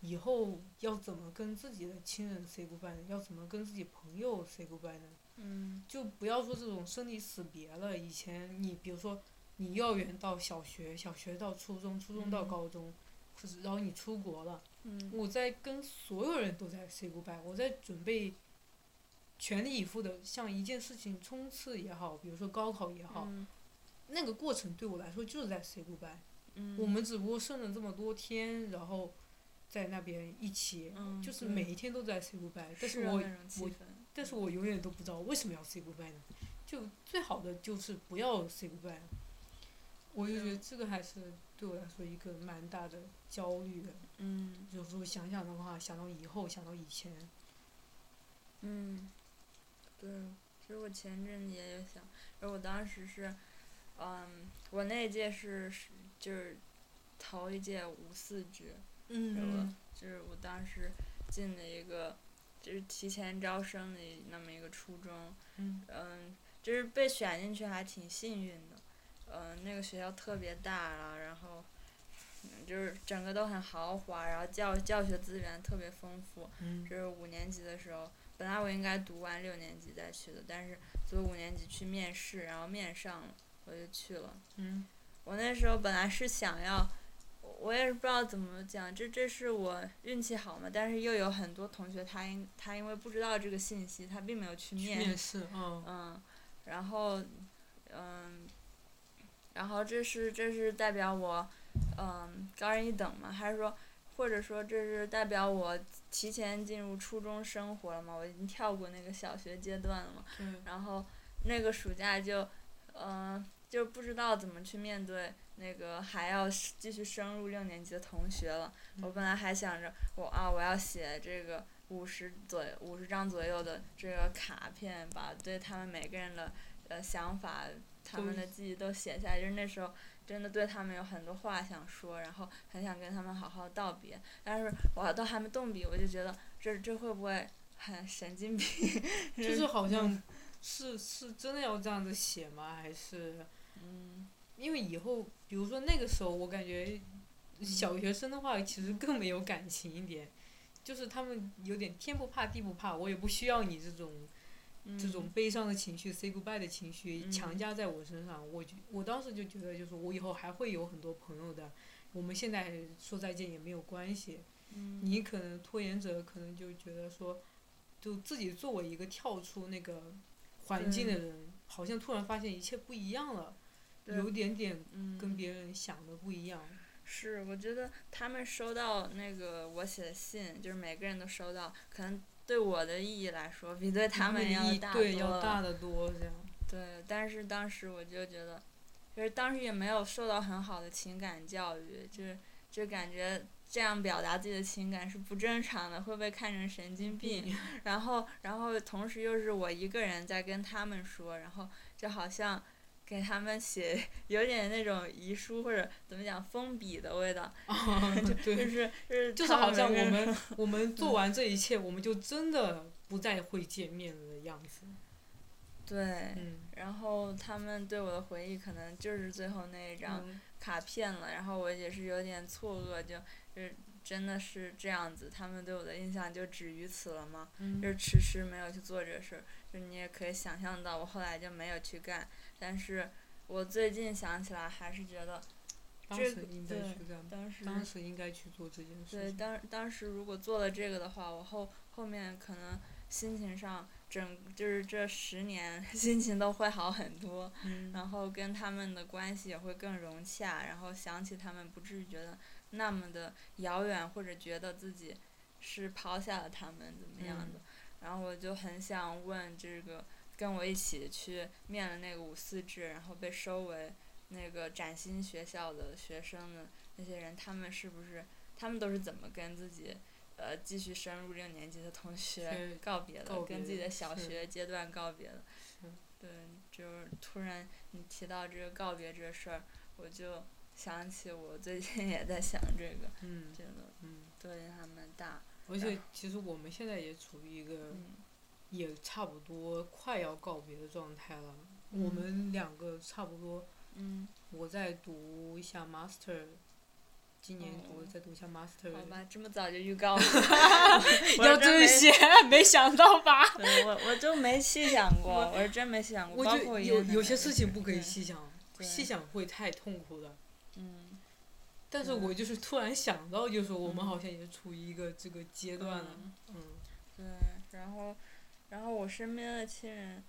B: 以后要怎么跟自己的亲人 say goodbye 呢？要怎么跟自己朋友 say goodbye 呢？
A: 嗯
B: 就不要说这种生离死别了。以前你比如说你幼儿园到小学，小学到初中，初中到
A: 嗯
B: 高中，可是然后你出国了，
A: 嗯
B: 我在跟所有人都在 say goodbye，我在准备全力以赴的向一件事情冲刺也好，比如说高考也好，
A: 嗯
B: 那个过程对我来说就是在 say goodbye。
A: 嗯
B: 我们只不过剩了这么多天，然后在那边一起，
A: 嗯
B: 就是
A: 对
B: 每一天都在 say goodbye，但
A: 是啊
B: 是
A: 有
B: 我
A: 那种气
B: 我
A: 氛
B: 但是我永远都不知道为什么要 say goodbye 呢？就最好的就是不要 say goodbye 啊。我就觉得这个还是对我来说一个蛮大的焦虑啊的。
A: 嗯
B: 有时候想想的话，想到以后，想到以前，
A: 嗯，对，其实我前阵子也有想，然后我当时是，嗯，我那一届是是就是头一届无四局，嗯，就是我当时进了一个就是提前招生的一那么一个初中，
B: 嗯
A: 嗯，就是被选进去还挺幸运的。嗯，那个学校特别大啊，然后嗯就是整个都很豪华，然后教教学资源特别丰富。
B: 嗯
A: 就是五年级的时候，本来我应该读完六年级再去的，但是所以五年级去面试，然后面上了，我就去了。
B: 嗯
A: 我那时候本来是想要，我我也是不知道怎么讲，这这是我运气好嘛，但是又有很多同学他因他因为不知道这个信息，他并没有去
B: 去
A: 面
B: 面试啊，
A: 嗯，然后，嗯，然后这是这是代表我，嗯，高人一等嘛，还是说，或者说这是代表我提前进入初中生活了嘛？我已经跳过那个小学阶段了嘛？
B: 对，
A: 然后那个暑假就，嗯、就不知道怎么去面对那个还要是继续升入六年级的同学了。我
B: 嗯
A: 本来还想着我啊，我要写这个五十左五十张左右的这个卡片，把对他们每个人的呃想法、他
B: 都
A: 们的记忆都写下来。就是那时候真的对他们有很多话想说，然后很想跟他们好好道别。但是我都还没动笔，我就觉得这这会不会很神经病？
B: 就是好像是是真的要这样子写吗？还是
A: 嗯。
B: 因为以后，比如说那个时候，我感觉小学生的话，其实更没有感情一点，就是他们有点天不怕地不怕，我也不需要你这种
A: 嗯
B: 这种悲伤的情绪、say goodbye 的情绪
A: 嗯
B: 强加在我身上，我就我当时就觉得，就是我以后还会有很多朋友的，我们现在说再见也没有关系。
A: 嗯
B: 你可能拖延者可能就觉得说，就自己作为一个跳出那个环境的人，好像突然发现一切不一样了，
A: 对
B: 有点点
A: 嗯
B: 跟别人想的不一样。
A: 是，我觉得他们收到那个我写的信，就是每个人都收到，可能对我的意义来说，比对他
B: 的
A: 们要
B: 意义
A: 大多
B: 对要
A: 了。
B: 大得多，这样。
A: 对，但是当时我就觉得，就是当时也没有受到很好的情感教育，就是就感觉这样表达自己的情感是不正常的，会被看成神
B: 嗯
A: 经病。 然后，然后同时又是我一个人在跟他们说，然后就好像给他们写有点那种遗书或者怎么讲封笔的味道，
B: 啊，
A: 就
B: 对，
A: 是就是
B: 就是
A: 他
B: 好
A: 每
B: 像
A: 个
B: 我
A: 人
B: 们我们
A: 嗯
B: 做完这一切，我们就真的不再会见面了的样子。
A: 对。
B: 嗯，
A: 然后他们对我的回忆可能就是最后那一张
B: 嗯
A: 卡片了，然后我也是有点错愕，就就是真的是这样子，他们对我的印象就止于此了吗？
B: 嗯
A: 就是迟迟没有去做这个事儿，就你也可以想象到，我后来就没有去干。但是我最近想起来，还是觉得
B: 当
A: 这
B: 时
A: 个
B: 应该
A: 对
B: 去干，
A: 当时
B: 当时应该去做这件事
A: 对
B: 情。
A: 当当时如果做了这个的话，我后后面可能心情上整就是这十年 心情都会好很多。
B: 嗯，
A: 然后跟他们的关系也会更融洽，然后想起他们不至于觉得那么的遥远，或者觉得自己是抛下了他们怎么样的。然后我就很想问这个跟我一起去面了那个五四制，然后被收为那个崭新学校的学生的那些人，他们是不是他们都是怎么跟自己？呃，继续升入六年级的同学
B: 是
A: 告别的，
B: 告别
A: 跟自己
B: 的
A: 的小
B: 是
A: 学阶段告别的。
B: 是
A: 对，就是突然你提到这个告别这事儿，我就想起我最近也在想这个，
B: 嗯
A: 觉得
B: 嗯，
A: 对影响蛮大。
B: 而且其实我们现在也处于一个
A: 嗯
B: 也差不多快要告别的状态了。
A: 嗯
B: 我们两个差不多，
A: 嗯，
B: 我在读一下 master，今年读
A: 哦
B: 再读一下 master，，
A: 好吧，这么早就预告了 我
B: 要
A: 真没
B: 这，些，没想到吧？
A: 对我我就没细想过，
B: 我
A: 我是真没细想过，
B: 我
A: 包
B: 就
A: 括
B: 有
A: 烟的
B: 有
A: 那
B: 些
A: 个
B: 事情不可以
A: 对
B: 细想，
A: 对
B: 细想会太痛苦的。
A: 嗯
B: 但是
A: 嗯
B: 我就是突然想到，就是我们
A: 嗯
B: 好像也处于一个这个阶段了。
A: 嗯
B: 嗯
A: 对，然后然后我身边的亲人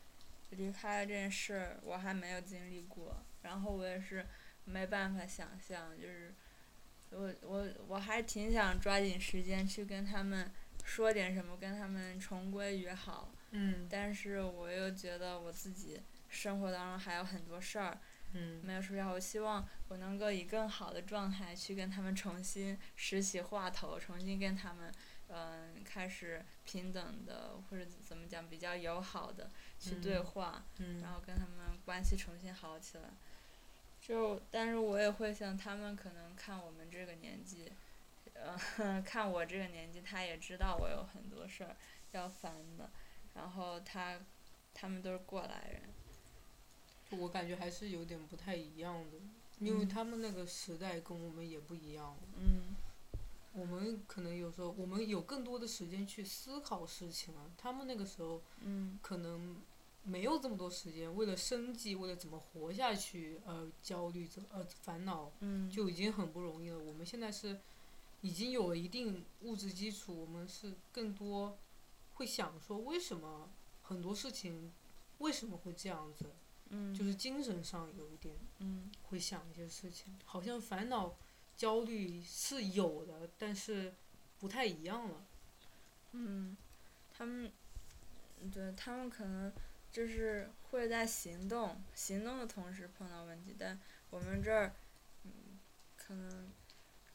A: 离开了这件事儿，我还没有经历过，然后我也是没办法想象，就是我我我还挺想抓紧时间去跟他们说点什么，跟他们重归于好，
B: 嗯
A: 但是我又觉得我自己生活当中还有很多事儿
B: 嗯
A: 没有处理好，我希望我能够以更好的状态去跟他们重新拾起话头，重新跟他们，嗯、开始平等的或者怎么讲比较友好的去对
B: 嗯
A: 话，
B: 嗯
A: 然后跟他们关系重新好起来。就但是我也会想，他们可能看我们这个年纪，呃， 看我这个年纪，他也知道我有很多事儿要烦的，然后他，他们都是过来人，
B: 就我感觉还是有点不太一样的，因为
A: 嗯
B: 他们那个时代跟我们也不一样。
A: 嗯
B: 我们可能有时候我们有更多的时间去思考事情了，他们那个时候
A: 嗯
B: 可能没有这么多时间，为了生计，为了怎么活下去，呃，焦虑着，呃，烦恼。
A: 嗯，
B: 就已经很不容易了。我们现在是已经有了一定物质基础，我们是更多会想说为什么很多事情为什么会这样子，
A: 嗯
B: 就是精神上有一点
A: 嗯。
B: 会想一些事情，好像烦恼、焦虑是有的，但是不太一样了。
A: 嗯，他们，对他们可能就是会在行动行动的同时碰到问题，但我们这儿，嗯，可能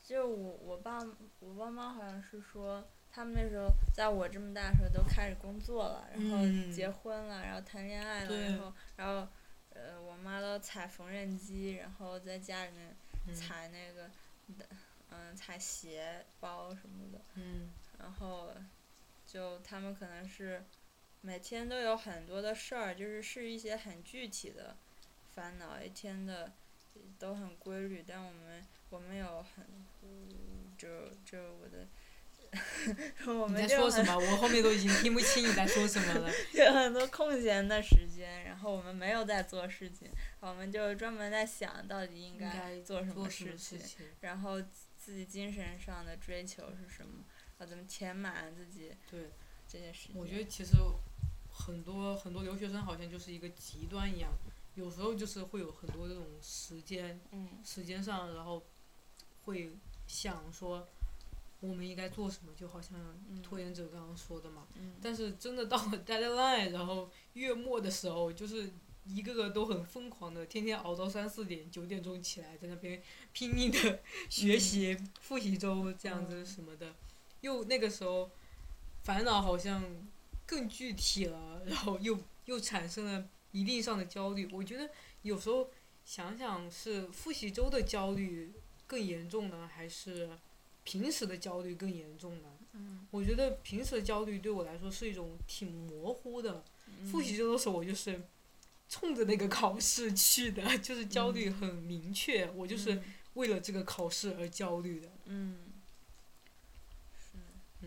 A: 就我我爸我爸妈好像是说，他们那时候在我这么大的时候都开始工作了，然后
B: 嗯
A: 结婚了，然后谈恋爱了，
B: 对
A: 然后然后呃，我妈都踩缝纫机，然后在家里面
B: 嗯
A: 踩那个，嗯，踩鞋包什么的。
B: 嗯
A: 然后就他们可能是每天都有很多的事儿，就是是一些很具体的烦恼，一天的都很规律。但我们我们有很就就我的 我
B: 你
A: 们
B: 在
A: 就
B: 说
A: 很
B: 什么？我后面都已经听不清你在说什么 了。
A: 有很多空闲的时间，然后我们没有在做事情，我们就专门在想到底应
B: 应
A: 该
B: 该
A: 做什么
B: 做
A: 事
B: 什么
A: 情
B: 事，情？
A: 然后自己精神上的追求是什么，要怎么填满自己
B: 对，
A: 这些事情。
B: 我觉得其实很多很多留学生好像就是一个极端一样，有时候就是会有很多这种时间
A: 嗯
B: 时间上，然后会想说我们应该做什么，就好像
A: 嗯
B: 拖延者刚刚说的嘛。
A: 嗯，
B: 但是真的到了 deadline，然后月末的时候，就是一个个都很疯狂的，天天熬到三四点、九点钟起来，在那边拼命的学习、复习周这样子
A: 嗯
B: 什么的。又那个时候，烦恼好像更具体了，然后又又产生了一定上的焦虑。我觉得有时候想想是复习周的焦虑更严重呢，还是平时的焦虑更严重呢？
A: 嗯
B: 我觉得平时的焦虑对我来说是一种挺模糊的。
A: 嗯
B: 复习周的时候，我就是冲着那个考试去的， 就是焦虑
A: 嗯
B: 很明确，我就是为了这个考试而焦虑的。
A: 嗯，是，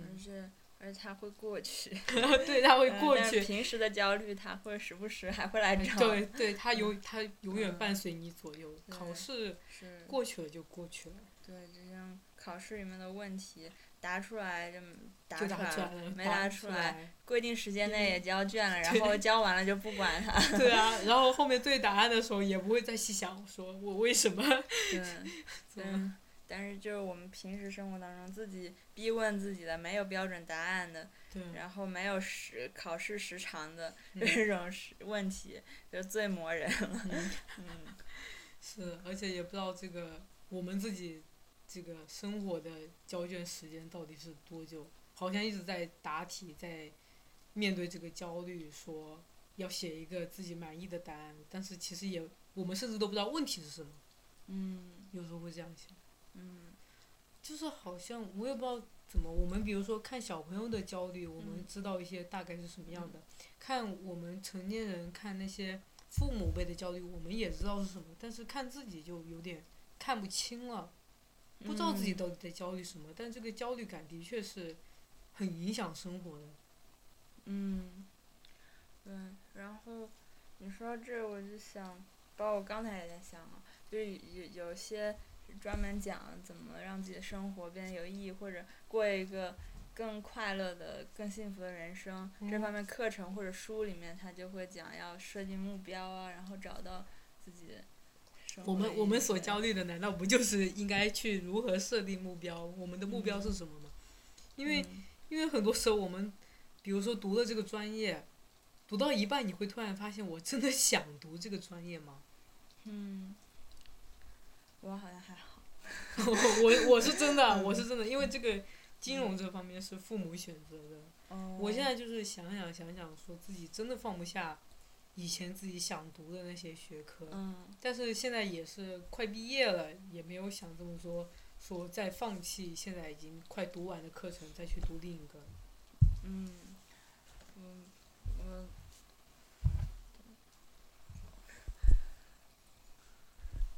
A: 而
B: 嗯，
A: 且而且它会过去，
B: 对，它 会
A: 嗯
B: 过
A: 但是
B: 去。哎
A: 平时的焦虑，它会时不时还会来找。
B: 对，对，它永它永远
A: 嗯
B: 伴随你左右。
A: 对
B: 考试
A: 是。
B: 过去了就过去了，
A: 对，就像考试里面的问题，答出来就答
B: 就
A: 出来
B: 出
A: 了，
B: 来了，
A: 没
B: 答
A: 答
B: 出
A: 出来。规定时间内也交卷了，然后交完了就不管 它。
B: 对啊，然后后面对答案的时候也不会再细想，说我为什么
A: 对，
B: 怎么
A: 嗯，但是就是我们平时生活当中自己逼问自己的，没有标准答案的，
B: 对
A: 然后没有时考试时长的
B: 嗯
A: 这种时问题，就最磨人了。
B: 嗯
A: 嗯
B: 是，而且也不知道这个我们自己这个生活的交卷时间到底是多久，好像一直在答题，在面对这个焦虑，说要写一个自己满意的答案，但是其实也我们甚至都不知道问题是什么，
A: 嗯
B: 有时候会这样想，
A: 嗯
B: 就是好像我也不知道怎么，我们比如说看小朋友的焦虑，我们
A: 嗯
B: 知道一些大概是什么样的，看我们成年人看那些父母辈的焦虑，我们也知道是什么，但是看自己就有点看不清了。不知道自己
A: 嗯
B: 到底在焦虑什么，但这个焦虑感的确是很影响生活的。
A: 嗯，对，然后你说到这，我就想，包括我刚才也在想啊，就是有有些专门讲怎么让自己的生活变得有意义，或者过一个更快乐的、更幸福的人生，这
B: 嗯
A: 方面课程或者书里面，他就会讲要设定目标啊，然后找到自己生活
B: 我
A: 的嗯
B: 们
A: 意
B: 我们
A: 义
B: 所
A: 对
B: 焦虑的，难道不就是应该去如何设定目标？我们的目标是什么吗？因为
A: 嗯
B: 因为很多时候我们，比如说读了这个专业，读到一半你会突然发现，我真的想读这个专业吗？
A: 嗯，我好像还好，
B: 我我是真的，我是真的，因为这个金融这方面是父母选择的。
A: 哦
B: 我现在就是想想想想，说自己真的放不下以前自己想读的那些学科。
A: 嗯
B: 但是现在也是快毕业了，也没有想这么说，说再放弃现在已经快读完的课程，再去读另一个。
A: 嗯，嗯，我，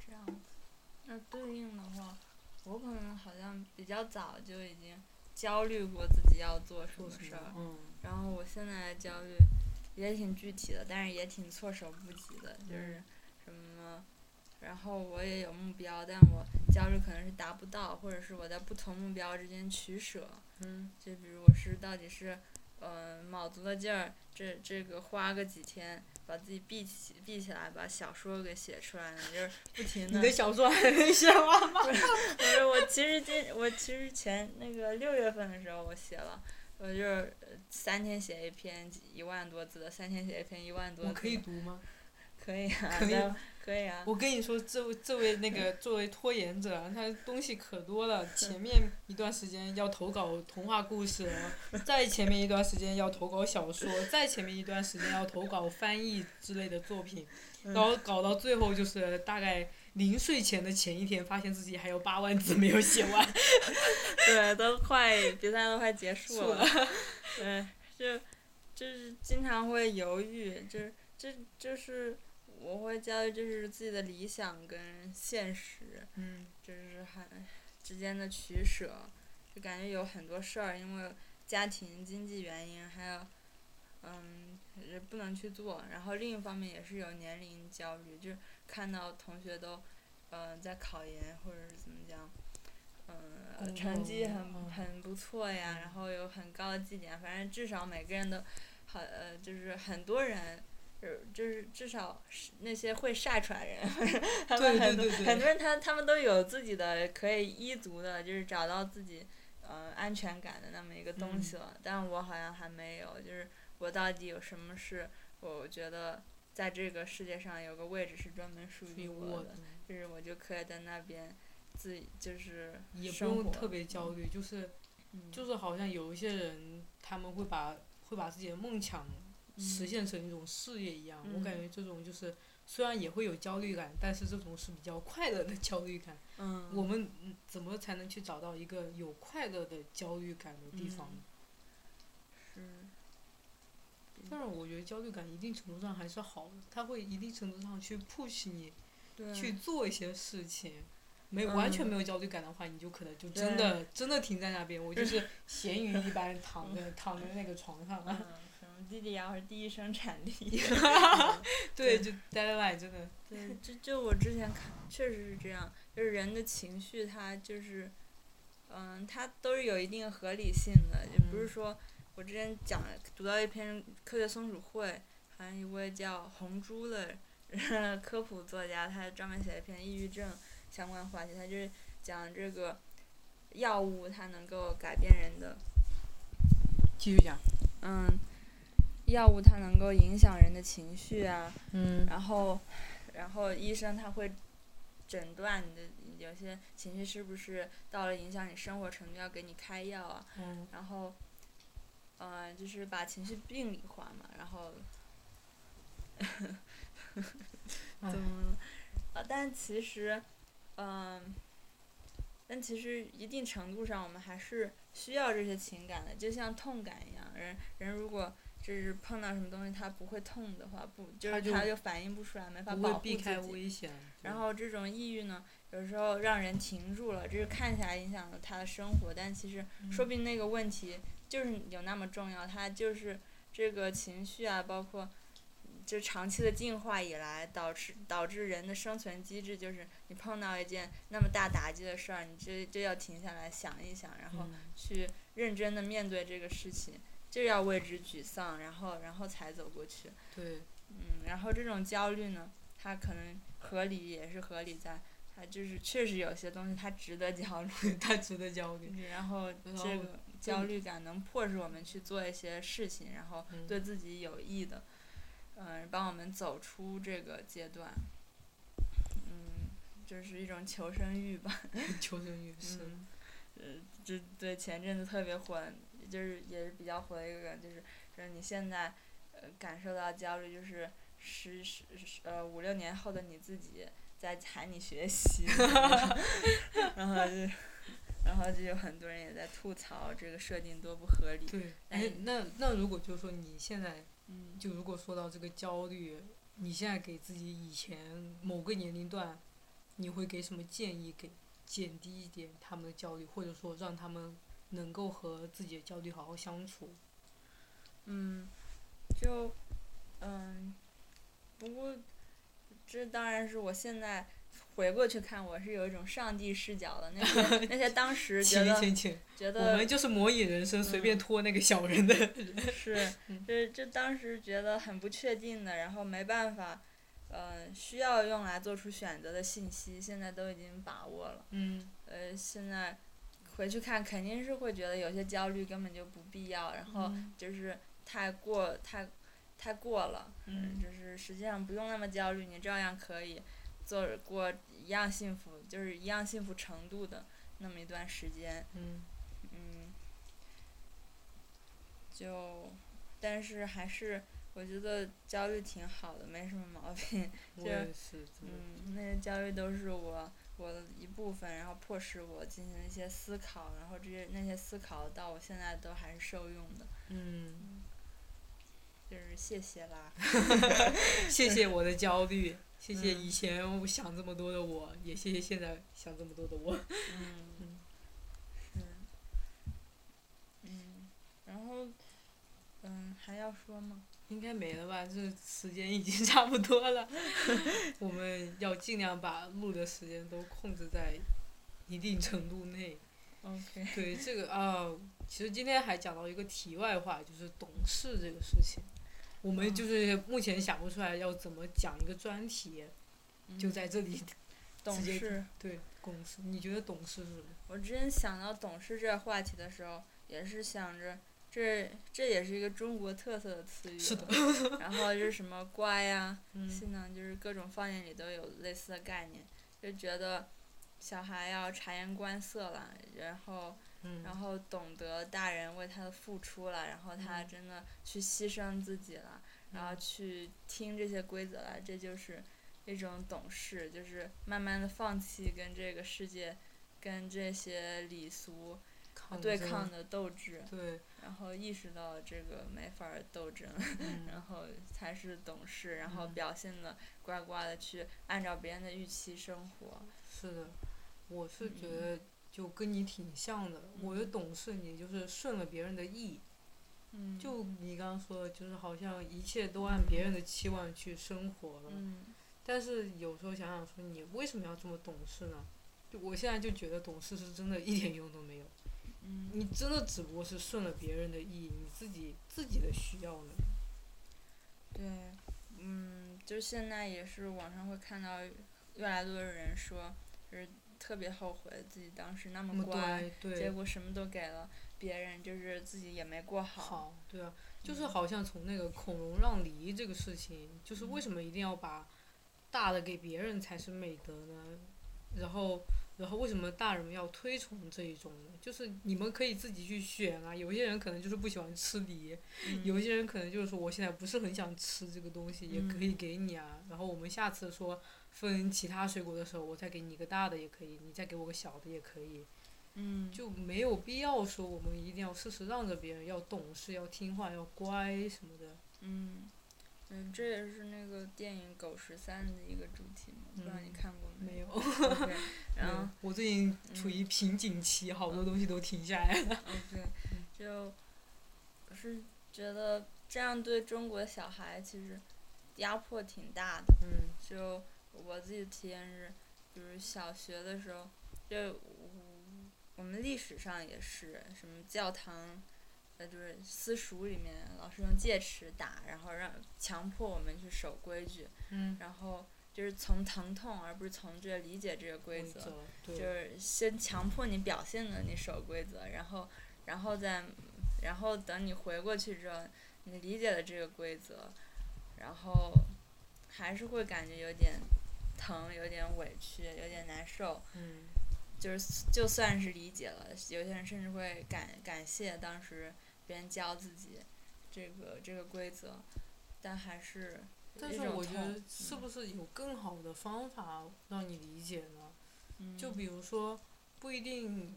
A: 这样子。那对应的话，我可能好像比较早就已经焦虑过自己要做什
B: 做
A: 么
B: 什
A: 事儿
B: 么？，嗯，
A: 然后我现在的焦虑也挺具体的，但是也挺措手不及的，就是什么。然后我也有目标，但我焦虑可能是达不到，或者是我在不同目标之间取舍。
B: 嗯，
A: 就比如我是到底是，呃，卯足了劲儿，这这个花个几天，把自己闭起闭起来，把小说给写出来呢，就是不停
B: 你
A: 的。
B: 的小说还没写完吗？
A: 不是我其实今我其实前那个六月份的时候我写了，我就是呃三天写一篇一万多字的，三天写一篇一万多字
B: 我
A: 的。
B: 可以读吗？
A: 可以啊，
B: 可以
A: 但
B: 吗
A: 可以啊。
B: 我跟你说，这位这位那个作为拖延者啊，他东西可多了。前面一段时间要投稿童话故事，再前面一段时间要投稿小说，再前面一段时间要投稿翻译之类的作品，
A: 嗯
B: 然后搞到最后就是大概临睡前的前一天，发现自己还有八万字没有写完。
A: 对，都快比赛都快结束
B: 是
A: 了，对，就就是经常会犹豫，就是这就是我会焦虑，就是自己的理想跟现实
B: 嗯，
A: 就是还之间的取舍，就感觉有很多事儿，因为家庭经济原因，还有嗯也不能去做。然后另一方面也是有年龄焦虑，就是看到同学都嗯、呃在考研或者是怎么讲，嗯、呃
B: 工
A: 成绩
B: 作
A: 很
B: 嗯
A: 很不错呀，然后有很高的绩点，反正至少每个人都好呃就是很多人。呃就是就是至少是那些会晒出来人，他们
B: 对
A: 很
B: 对
A: 多
B: 对对
A: 很多人他他们都有自己的可以依足的，就是找到自己呃安全感的那么一个东西
B: 嗯
A: 了。但我好像还没有，就是我到底有什么是我觉得在这个世界上有个位置是专门属于我
B: 我
A: 的，就是我就可以在那边自己就是
B: 也不
A: 生活
B: 用特别焦虑，就是
A: 嗯
B: 就是好像有一些人他们会把会把自己的梦想实现成一种事业一样，我感
A: 嗯
B: 觉这种就是虽然也会有焦虑感，但是这种是比较快乐的焦虑感。
A: 嗯
B: 我们嗯怎么才能去找到一个有快乐的焦虑感的地方？
A: 嗯是
B: 但是我觉得焦虑感一定程度上还是好的，它会一定程度上去 push 你
A: 对
B: 去做一些事情。没完全
A: 嗯
B: 没有焦虑感的话，你就可能就真的真的停在那边，
A: 嗯
B: 我就是咸鱼一般躺在躺在那个床上
A: 嗯
B: 啊。
A: 什么弟弟呀，或者第一生产力。
B: 对，就待在那里真的。
A: 对， 就就我之前看，确实是这样，就是人的情绪，它就是，嗯，它都是有一定合理性的，也不是
B: 嗯
A: 说我之前讲读到一篇科学松鼠会，好像一位叫红猪的 科普作家，他专门写了一篇抑郁症相关话题，他就是讲这个药物它能够改变人的
B: 继续讲。
A: 嗯，药物它能够影响人的情绪啊，
B: 嗯
A: 然后，然后医生他会诊断你的有些情绪是不是到了影响你生活程度，要给你开药啊，
B: 嗯
A: 然后，呃，就是把情绪病理化嘛，然后
B: 哎
A: 怎么了？呃，但其实，嗯、但其实一定程度上，我们还是需要这些情感的，就像痛感一样，人人如果。就是碰到什么东西，他不会痛的话，不就
B: 他
A: 是
B: 就
A: 他就反应不出来，没法
B: 不
A: 保
B: 会
A: 护
B: 避开
A: 自己
B: 危险。啊
A: 然后这种抑郁呢，有时候让人停住了，这是看起来影响了他的生活，但其实说不定那个问题就是有那么重要，它就是这个情绪啊，包括就长期的进化以来导致导致人的生存机制，就是你碰到一件那么大打击的事儿，你就就要停下来想一想，然后
B: 嗯
A: 去认真的面对这个事情，就要为之沮丧，然后然后才走过去。
B: 对，
A: 嗯，然后这种焦虑呢，它可能合理也是合理在，它就是确实有些东西它值得焦虑，
B: 他值得焦虑。
A: 嗯然后
B: 然
A: 这
B: 后
A: 个焦虑感能迫使我们去做一些事情，然后
B: 嗯
A: 对自己有益的，嗯、帮我们走出这个阶段，嗯，就是一种求生欲吧。
B: 求生欲是。
A: 嗯，呃，这对前阵子特别火，就是也是比较火的一个梗，就是说你现在呃感受到焦虑，就是十十十呃五六年后的你自己在喊你学习， 然后就然后就有很多人也在吐槽这个设定多不合理，
B: 对，
A: 哎
B: 哎，那那如果就是说你现在
A: 嗯，
B: 就如果说到这个焦虑，你现在给自己以前某个年龄段，你会给什么建议给减低一点他们的焦虑，或者说让他们能够和自己的焦虑好好相处？
A: 嗯，就嗯，不过这当然是我现在回过去看，我是有一种上帝视角的。那些那些当时觉
B: 请
A: 得
B: 请请，
A: 觉
B: 我
A: 得
B: 们就是模拟人生，随便拖那个小人的人。
A: 是
B: 嗯，
A: 就是就当时觉得很不确定的，然后没办法，嗯，需要用来做出选择的信息，现在都已经把握了。
B: 嗯
A: 呃，现在回去看，肯定是会觉得有些焦虑根本就不必要，然后
B: 嗯
A: 就是太过太太过了。呃
B: 嗯
A: 就是实际上不用那么焦虑，你照样可以做过一样幸福，就是一样幸福程度的那么一段时间，
B: 嗯，
A: 嗯，就，但是还是我觉得焦虑挺好的，没什么毛病，
B: 我
A: 就
B: 也是这么。
A: 嗯，那些焦虑都是我我的一部分，然后迫使我进行一些思考，然后这些那些思考到我现在都还是受用的，
B: 嗯，
A: 就是谢谢 啦，
B: 嗯谢谢我的焦虑，谢谢
A: 嗯
B: 以前我想这么多的我，也谢谢现在想这么多的我。
A: 嗯，是，嗯说吗？
B: 应该没了吧？这时间已经 差不多了，我们要尽量把录的时间都控制在一定程度内。
A: OK，
B: 对这个啊、其实今天还讲到一个题外话，就是懂事这个事情。我
A: 嗯
B: 们就是目前想不出来要怎么讲一个专题，就在这里
A: 嗯懂
B: 直接
A: 事。
B: 对懂事。你觉得懂事是什么？
A: 我之前想到懂事这个话题的时候，也是想着这这也是一个中国特色的词语。
B: 是的。
A: 然后就是什么乖呀、
B: 嗯，
A: 新郎就是各种方言里都有类似的概念，就觉得小孩要察言观色啦，然后
B: 嗯
A: 然后懂得大人为他的付出了，然后他
B: 嗯
A: 真的去牺牲自己了，然后去听这些规则了，这就是一种懂事，就是慢慢的放弃跟这个世界。跟这些礼俗
B: 抗
A: 对
B: 争
A: 抗的斗志，
B: 对，
A: 然后意识到这个没法儿斗争，然
B: 嗯
A: 后才是懂事，然后
B: 嗯
A: 表现的乖乖的去按照别人的预期生活。
B: 是的，我是觉
A: 嗯
B: 得就跟你挺像的。我的懂事，你就是顺了别人的意，
A: 嗯，
B: 就你刚刚说的，就是好像一切都按别人的期望去生活了。
A: 嗯
B: 但是有时候想想说，你为什么要这么懂事呢？就我现在就觉得懂事是真的一点用都没有，
A: 嗯，
B: 你真的只不过是顺了别人的意，你自己自己的需要呢。
A: 对，嗯，就现在也是网上会看到越来越多的人说，就是特别后悔自己当时那
B: 那
A: 么
B: 么
A: 乖，
B: 嗯对
A: 结
B: 对，
A: 果什么都给了别人，就是自己也没过好。
B: 好对啊，就是好像从那个孔融让梨这个事情，就是为什么一定要把大的给别人才是美德呢？然后。然后为什么大人们要推崇这一种呢？就是你们可以自己去选啊，有些人可能就是不喜欢吃梨，
A: 嗯
B: 有一些人可能就是说，我现在不是很想吃这个东西，也可以给你啊。然后我们下次说分其他水果的时候，我再给你一个大的也可以，你再给我个小的也可以，
A: 嗯，
B: 就没有必要说我们一定要事事让着别人，要懂事，要听话，要乖什么的。
A: 嗯。嗯，这也是那个电影《狗十三》的一个主题嘛，不知道你
B: 嗯
A: 看过没？
B: 没有，
A: OK，然 后
B: 嗯我最近处于瓶颈期，好
A: 嗯
B: 多东西都停下来了。
A: OK，就
B: 嗯
A: 我是觉得这样对中国小孩其实压迫挺大的。
B: 嗯
A: 就我自己的体验是，比如小学的时候，就我们历史上也是什么教堂，呃，就是私塾里面老师用戒尺打，然后让强迫我们去守规矩，
B: 嗯，
A: 然后就是从疼痛而不是从这个理解这个规则。
B: 对，
A: 就是先强迫你表现的你守规则，然后，然后再，然后等你回过去之后，你理解了这个规则，然后还是会感觉有点疼，有点委屈，有点难受。
B: 嗯
A: 就是就算是理解了，有些人甚至会感感谢当时别人教自己这个这个规则，但还是
B: 但
A: 一
B: 是
A: 种
B: 我觉
A: 痛
B: 得是不是有更好的方法让你理解呢？
A: 嗯
B: 就比如说，不一定，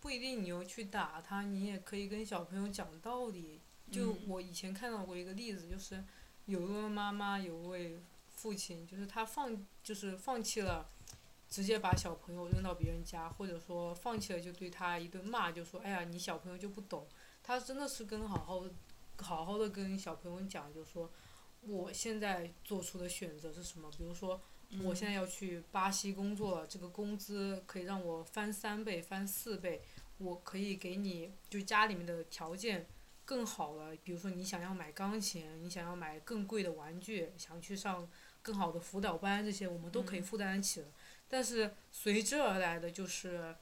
B: 不一定你又去打他，你也可以跟小朋友讲道理。就
A: 嗯
B: 我以前看到过一个例子，就是有一位妈妈，有一位父亲，就是他放，就是放弃了，直接把小朋友扔到别人家，或者说放弃了就对他一顿骂，就说哎呀，你小朋友就不懂。他真的是跟好好，好好的跟小朋友讲，就说我现在做出的选择是什么，比如说。
A: 嗯
B: 我现在要去巴西工作了，这个工资可以让我翻三倍、翻四倍，我可以给你就家里面的条件更好了，比如说你想要买钢琴，你想要买更贵的玩具，想去上更好的辅导班，这些我们都可以
A: 嗯
B: 负担得起了。但是随之而来的就是，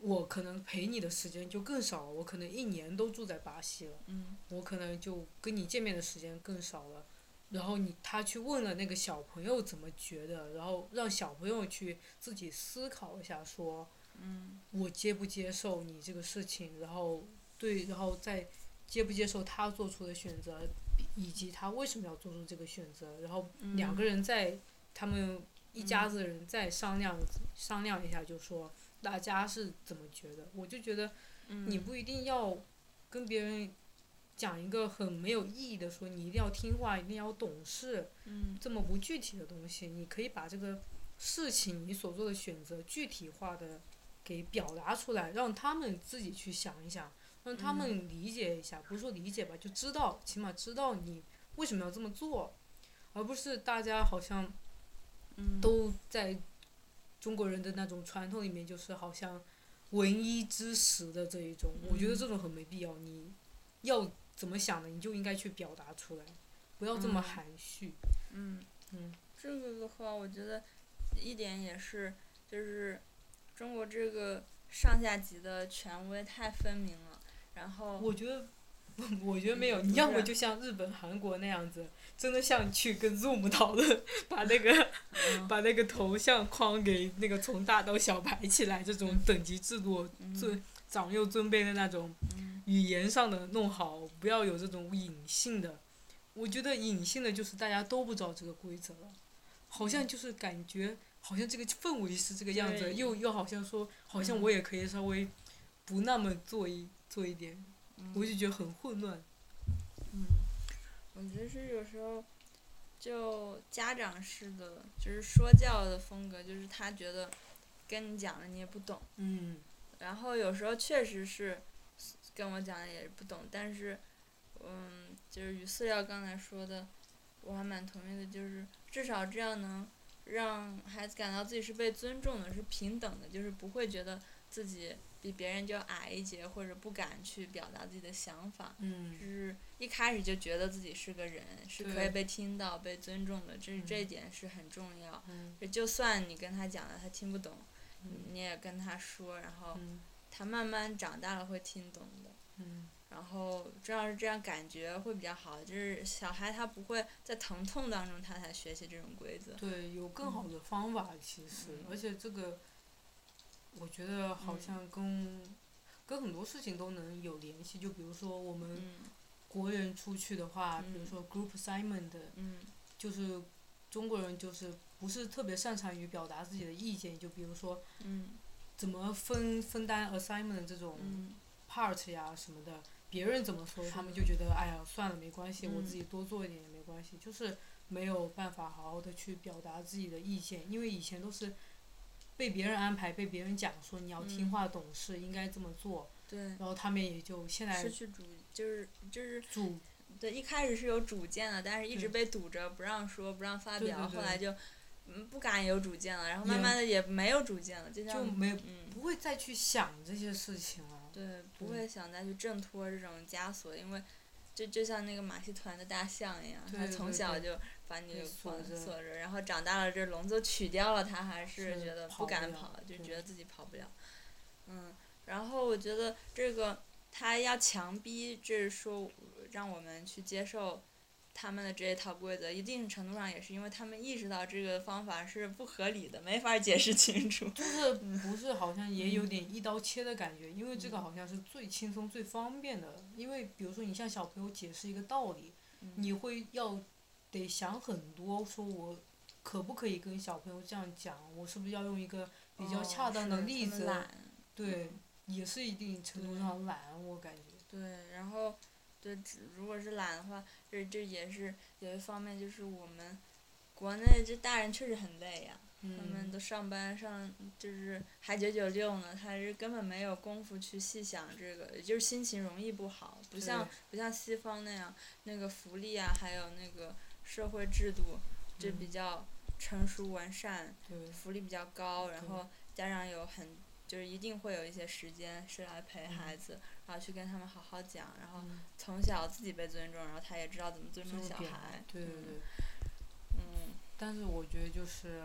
B: 我可能陪你的时间就更少了，我可能一年都住在巴西了。
A: 嗯
B: 我可能就跟你见面的时间更少了。然后你他去问了那个小朋友怎么觉得，然后让小朋友去自己思考一下说，
A: 嗯
B: 我接不接受你这个事情，然后对，然后再接不接受他做出的选择，以及他为什么要做出这个选择，然后
A: 嗯
B: 两个人在、他们一家子人再商量、商量一下，就说大家是怎么觉得。我就觉得
A: 嗯
B: 你不一定要跟别人讲一个很没有意义的说你一定要听话，一定要懂事
A: 嗯
B: 这么不具体的东西，你可以把这个事情你所做的选择具体化的给表达出来，让他们自己去想一想，让他们理解一下，不是说理解吧，就知道，起码知道你为什么要这么做，而不是大家好像
A: 嗯，
B: 都在中国人的那种传统里面，就是好像文医知识的这一种，
A: 嗯
B: 我觉得这种很没必要。你要怎么想的，你就应该去表达出来，不要这么
A: 嗯
B: 含蓄。
A: 嗯
B: 嗯，
A: 这个的话，我觉得一点也是，就是中国这个上下级的权威太分明了，然后
B: 我觉得。 我觉得没有，
A: 哦嗯
B: 你要
A: 不
B: 么
A: 是
B: 就像日本、韩国那样子，真的像去跟 Zoom 讨论，把那个
A: 嗯
B: 把那个头像框给那个从大到小排起来，这种等级制度尊长幼尊卑的那种
A: 嗯
B: 语言上的弄好，不要有这种隐性的。我觉得隐性的就是大家都不知道这个规则了，好像就是感觉好像这个氛围是这个样子，
A: 对
B: 又又好像说好像
A: 嗯
B: 我也可以稍微不那么做一做一点，
A: 嗯
B: 我就觉得很混乱。
A: 嗯，我觉得是有时候就家长式的，就是说教的风格，就是他觉得跟你讲了你也不懂，
B: 嗯
A: 然后有时候确实是跟我讲的也不懂，但是嗯，就是与饲料刚才说的，我还蛮同意的，就是至少这样能让孩子感到自己是被尊重的，是平等的，就是不会觉得自己比别人就矮一截，或者不敢去表达自己的想法。就
B: 嗯
A: 是一开始就觉得自己是个人，是可
B: 对
A: 以被听到、被尊重的，这
B: 嗯
A: 这一点是很重要。
B: 嗯
A: 就就算你跟他讲了，他听不懂，
B: 嗯
A: 你也跟他说，然后
B: 嗯
A: 他慢慢长大了会听懂的。
B: 嗯
A: 然后这样这样感觉会比较好，就是小孩他不会在疼痛当中他才学习这种规则。
B: 对，有更好的方法其实，
A: 嗯
B: 而且这个，我觉得好
A: 嗯
B: 像跟、跟很多事情都能有联系。就比如说我们
A: 嗯
B: 国人出去的话，比如
A: 嗯
B: 说 group assignment，的
A: 嗯
B: 就是中国人就是不是特别擅长于表达自己的意见，就比如说
A: 嗯
B: 怎么分分担 assignment 这种
A: 嗯
B: part 呀什么的，别人怎么说，
A: 是
B: 他们
A: 的
B: 就觉得哎呀算了，没关系，我
A: 嗯
B: 自己多做一点也没关系，就是没有办法好好的去表达自己的意见，因为以前都是被别人安排，被别人讲说你要听
A: 嗯
B: 话懂事，应该这么做，
A: 对，
B: 然后他们也就现在
A: 失去主就是就是
B: 主
A: 对，一开始是有主见的，但是一直
B: 对
A: 被堵着，不让说，不让发
B: 对
A: 表。
B: 对对
A: 后来就，嗯，不敢有主见了，然后
B: 也
A: 慢慢的也没有主见了，就像
B: 就没
A: 嗯，
B: 不会再去想这些事情了。
A: 对，不
B: 嗯
A: 会想再去挣脱这种枷锁，因为就就像那个马戏团的大象一样，
B: 对
A: 它
B: 对
A: 从
B: 对
A: 小
B: 对
A: 就把
B: 被
A: 你
B: 锁
A: 绑
B: 着
A: 锁着，然后长大了这笼子取掉了，它还
B: 是
A: 是觉得
B: 跑不
A: 不敢
B: 了
A: 跑，就
B: 对
A: 觉得自己跑不了。嗯，然后我觉得这个他要强逼，就是说让我们去接受。他们的这一套规则，一定程度上也是因为他们意识到这个方法是不合理的，没法解释清楚。
B: 就是
A: 嗯
B: 不是好像也有点一刀切的感觉，因为这个好像是最轻松、最方便的。因为比如说你向小朋友解释一个道理，
A: 嗯
B: 你会要得想很多，说我可不可以跟小朋友这样讲，我是不是要用一个比较
A: 哦
B: 恰当的
A: 是
B: 例
A: 他们
B: 子？
A: 懒嗯
B: 对，也是一定程度上懒，我感觉。
A: 对，然后对，如果是懒的话，这这也是有一方面，就是我们国内这大人确实很累呀、他们
B: 嗯，
A: 都上班上就是还九九六呢，他是根本没有功夫去细想这个，也就是心情容易不好，不像
B: 对
A: 不像西方那样那个福利啊，还有那个社会制度，这
B: 嗯
A: 比较成熟完善。
B: 对，
A: 福利比较高，然
B: 对
A: 后家长有很就是一定会有一些时间是来陪
B: 嗯
A: 孩子，然后去跟他们好好讲，然后
B: 嗯
A: 从小自己被尊重，然后他也知道怎么尊重
B: 这
A: 小
B: 点
A: 孩。
B: 对对对。
A: 嗯
B: 但是我觉得就是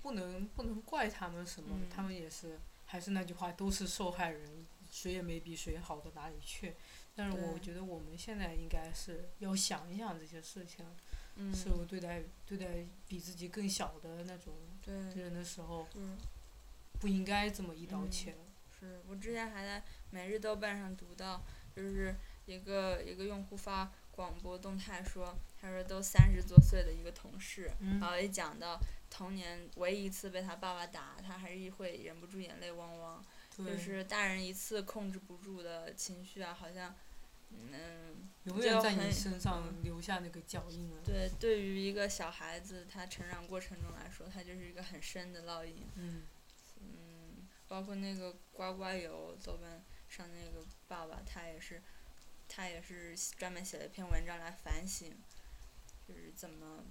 B: 不能不能怪他们什么，
A: 嗯
B: 他们也是还是那句话，都是受害人，谁也没比谁好到哪里去。但是我
A: 对
B: 觉得我们现在应该是要想一想这些事情，
A: 嗯，
B: 是我对待对待比自己更小的那种
A: 对，
B: 人的时候，
A: 嗯，
B: 不应该这么一刀
A: 嗯
B: 切。
A: 是我之前还在每日豆瓣上读到，就是一个一个用户发广播动态说，他说都三十多岁的一个同事，
B: 嗯
A: 然后一讲到童年唯一一次被他爸爸打，他还是会忍不住眼泪汪汪。就
B: 对，
A: 是大人一次控制不住的情绪啊，好像，嗯，
B: 永远在你
A: 很
B: 身上留下那个脚印啊了。
A: 对，对于一个小孩子他成长过程中来说，他就是一个很深的烙印。
B: 嗯，
A: 嗯，包括那个刮刮油，豆瓣上那个爸爸，他也是，他也是专门写了一篇文章来反省，就是怎么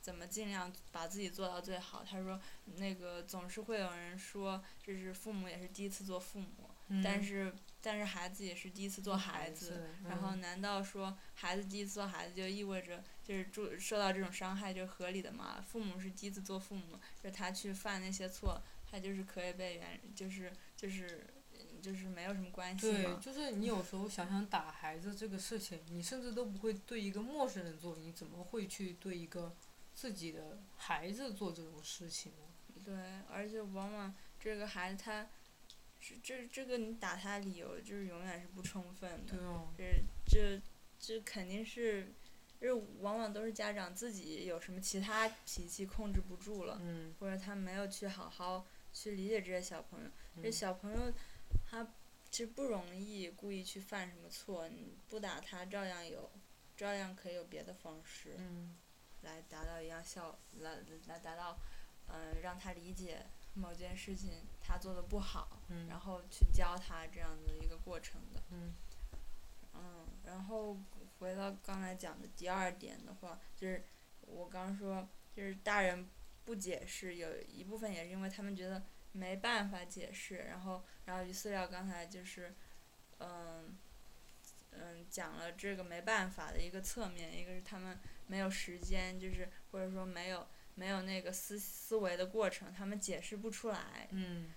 A: 怎么尽量把自己做到最好。他说，那个总是会有人说，这是父母也是第一次做父母，
B: 嗯
A: 但是但是孩子也是嗯第一次做嗯孩子。然
B: 嗯
A: 后，难道说孩子第一次做孩子就意味着就是注受到这种伤害就是合理的吗？父母是第一次做父母，就是他去犯那些错，他就是可以被原就是就是嗯就是没有什么关系
B: 对，
A: 吗？
B: 就是你有时候想想打孩子这个事情，你甚至都不会对一个陌生人做，你怎么会去对一个自己的孩子做这种事情呢？
A: 对，而且往往这个孩子他这这这个你打他的理由就是永远是不充分的
B: 对，哦，
A: 这这这肯定是。这往往都是家长自己有什么其他脾气控制不住了，
B: 嗯，
A: 或者他没有去好好去理解这些小朋友。这
B: 嗯
A: 小朋友他其实不容易故意去犯什么错，你不打他照样有，照样可以有别的方式
B: 嗯，
A: 来达到一样效，来来达到，嗯、让他理解某件事情他做的不好，
B: 嗯，
A: 然后去教他这样的一个过程的。
B: 嗯，
A: 嗯，然后回到刚才讲的第二点的话，就是我刚说，就是大人不解释，有一部分也是因为他们觉得没办法解释。然后，然后于饲料刚才就是，嗯嗯，讲了这个没办法的一个侧面，一个是他们没有时间，就是或者说没有没有那个思思维的过程，他们解释不出来。
B: 嗯，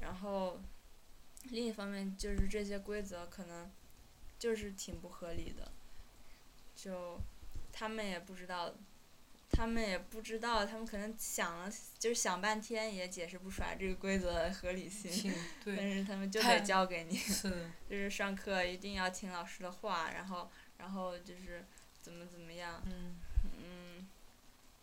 A: 然后另一方面就是这些规则可能就是挺不合理的，就他们也不知道，他们也不知道，他们可能想了就是想半天也解释不出来这个规则的合理性，
B: 请
A: 但
B: 嗯对，
A: 是他们就
B: 太
A: 得教给你，
B: 是的，
A: 就是上课一定要听老师的话，然后然后就是怎么怎么样，
B: 嗯，
A: 嗯，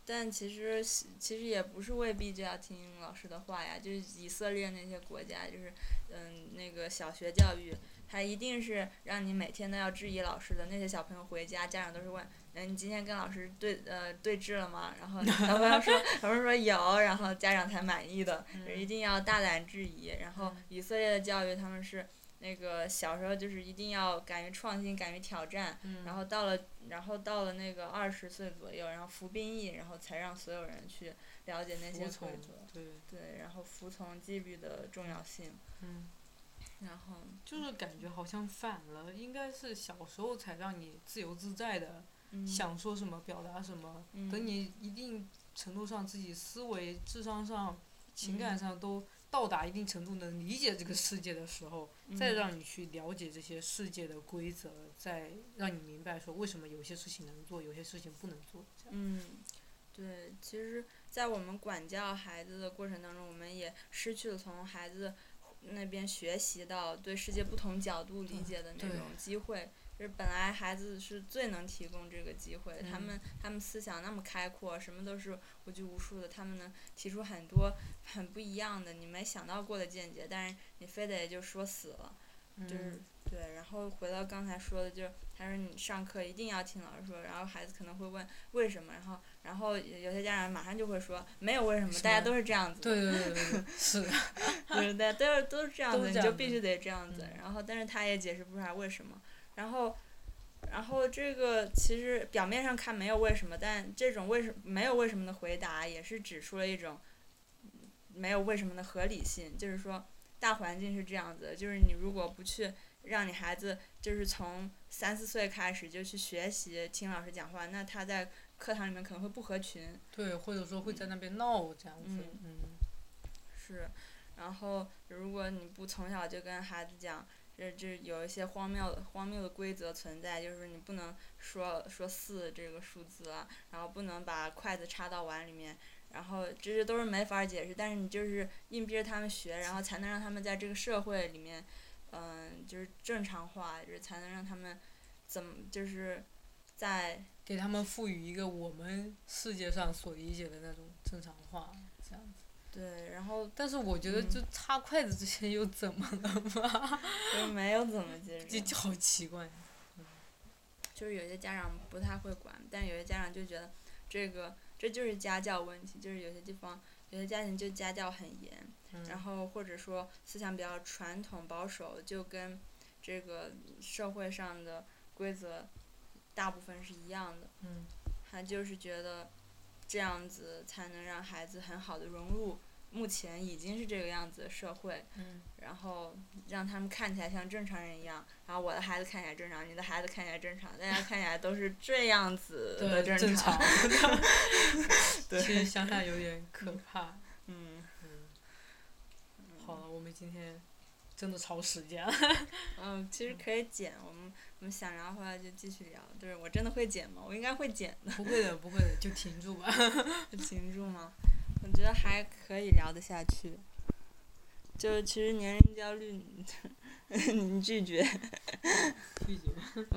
A: 但其实其实也不是未必就要听老师的话呀，就是以色列那些国家，就是嗯那个小学教育，它一定是让你每天都要质疑老师的。那些小朋友回家，家长都是问，嗯，你今天跟老师对呃对峙了吗？然后小朋友说，小朋友说有，然后家长才满意的，就是一定要大胆质疑。然后
B: 嗯
A: 以色列的教育，他们是那个小时候就是一定要敢于创新，敢于挑战。
B: 嗯，
A: 然后到了，然后到了那个二十岁左右，然后服兵役，然后才让所有人去了解那些
B: 服
A: 规
B: 从
A: 则，，
B: 对，
A: 对，然后服从纪律的重要性，
B: 嗯。
A: 然后
B: 就是感觉好像反了，应该是小时候才让你自由自在的、
A: 嗯，
B: 想说什么表达什么。
A: 嗯
B: 等你一定程度上自己思维、智商上、
A: 嗯
B: 情感上都到达一定程度，能理解这个世界的时候，再
A: 嗯
B: 让你去了解这些世界的规则，再让你明白说为什么有些事情能做，有些事情不能做。这样
A: 嗯，对，其实，在我们管教孩子的过程当中，我们也失去了从孩子那边学习到对世界不同角度理
B: 对
A: 解的那
B: 嗯对
A: 种机会。就是本来孩子是最能提供这个机会，他
B: 嗯
A: 们他们思想那么开阔，什么都是无拘无束的，他们能提出很多很不一样的你没想到过的见解，但是你非得就说死了。就是
B: 嗯
A: 对，然后回到刚才说的，就是他说你上课一定要听老师说，然后孩子可能会问为什么，然后然后有有些家长马上就会说没有为什么，
B: 什
A: 大家
B: 么
A: 都是这样子的，
B: 对对对对对，是的，
A: 对对，都是都是这样
B: 都
A: 子，
B: 是
A: 你
B: 这
A: 就
B: 样
A: 必
B: 子
A: 须得这样子。
B: 嗯
A: 然后，但是他也解释不出来为什么。然后，然后这个其实表面上看没有为什么，但这种为什没有为什么的回答，也是指出了一种没有为什么的合理性，就是说大环境是这样子的，就是你如果不去。让你孩子就是从三四岁开始就去学习听老师讲话，那他在课堂里面可能会不合群，
B: 对，或者说会在那边闹这样子，
A: 嗯
B: 嗯
A: 是，然后如果你不从小就跟孩子讲，这这有一些荒谬荒谬的规则存在，就是你不能说说四这个数字啊，然后不能把筷子插到碗里面，然后这些都是没法儿解释，但是你就是硬逼着他们学，然后才能让他们在这个社会里面，嗯，就是正常化，就是才能让他们怎么就是在
B: 给他们赋予一个我们世界上所理解的那种正常化，这样子。
A: 对，然后
B: 但是我觉得，
A: 嗯
B: 就插筷子这些又怎么了嘛？
A: 就没有怎么解释，
B: 就就好奇怪。啊
A: 就是有些家长不太会管，但有些家长就觉得这个这就是家教问题，就是有些地方有些家庭就家教很严，
B: 嗯
A: 然后或者说思想比较传统保守，就跟这个社会上的规则大部分是一样的。
B: 嗯
A: 他就是觉得这样子才能让孩子很好的融入目前已经是这个样子的社会，
B: 嗯
A: 然后让他们看起来像正常人一样。然后我的孩子看起来正常，你的孩子看起来正常，大家看起来都是这样子的
B: 对，正
A: 常。
B: 常。
A: 对
B: 其实想想有点可怕。
A: 嗯，
B: 嗯，好了，我们今天真的超时 间了。
A: 嗯，其实可以剪，我们我们想聊回来就继续聊。对我真的会剪吗？我应该会剪的，
B: 不会的，不会的，就停住吧。
A: 停住吗？我觉得还可以聊得下去。 就其实年龄焦虑，你你拒绝。
B: 拒绝。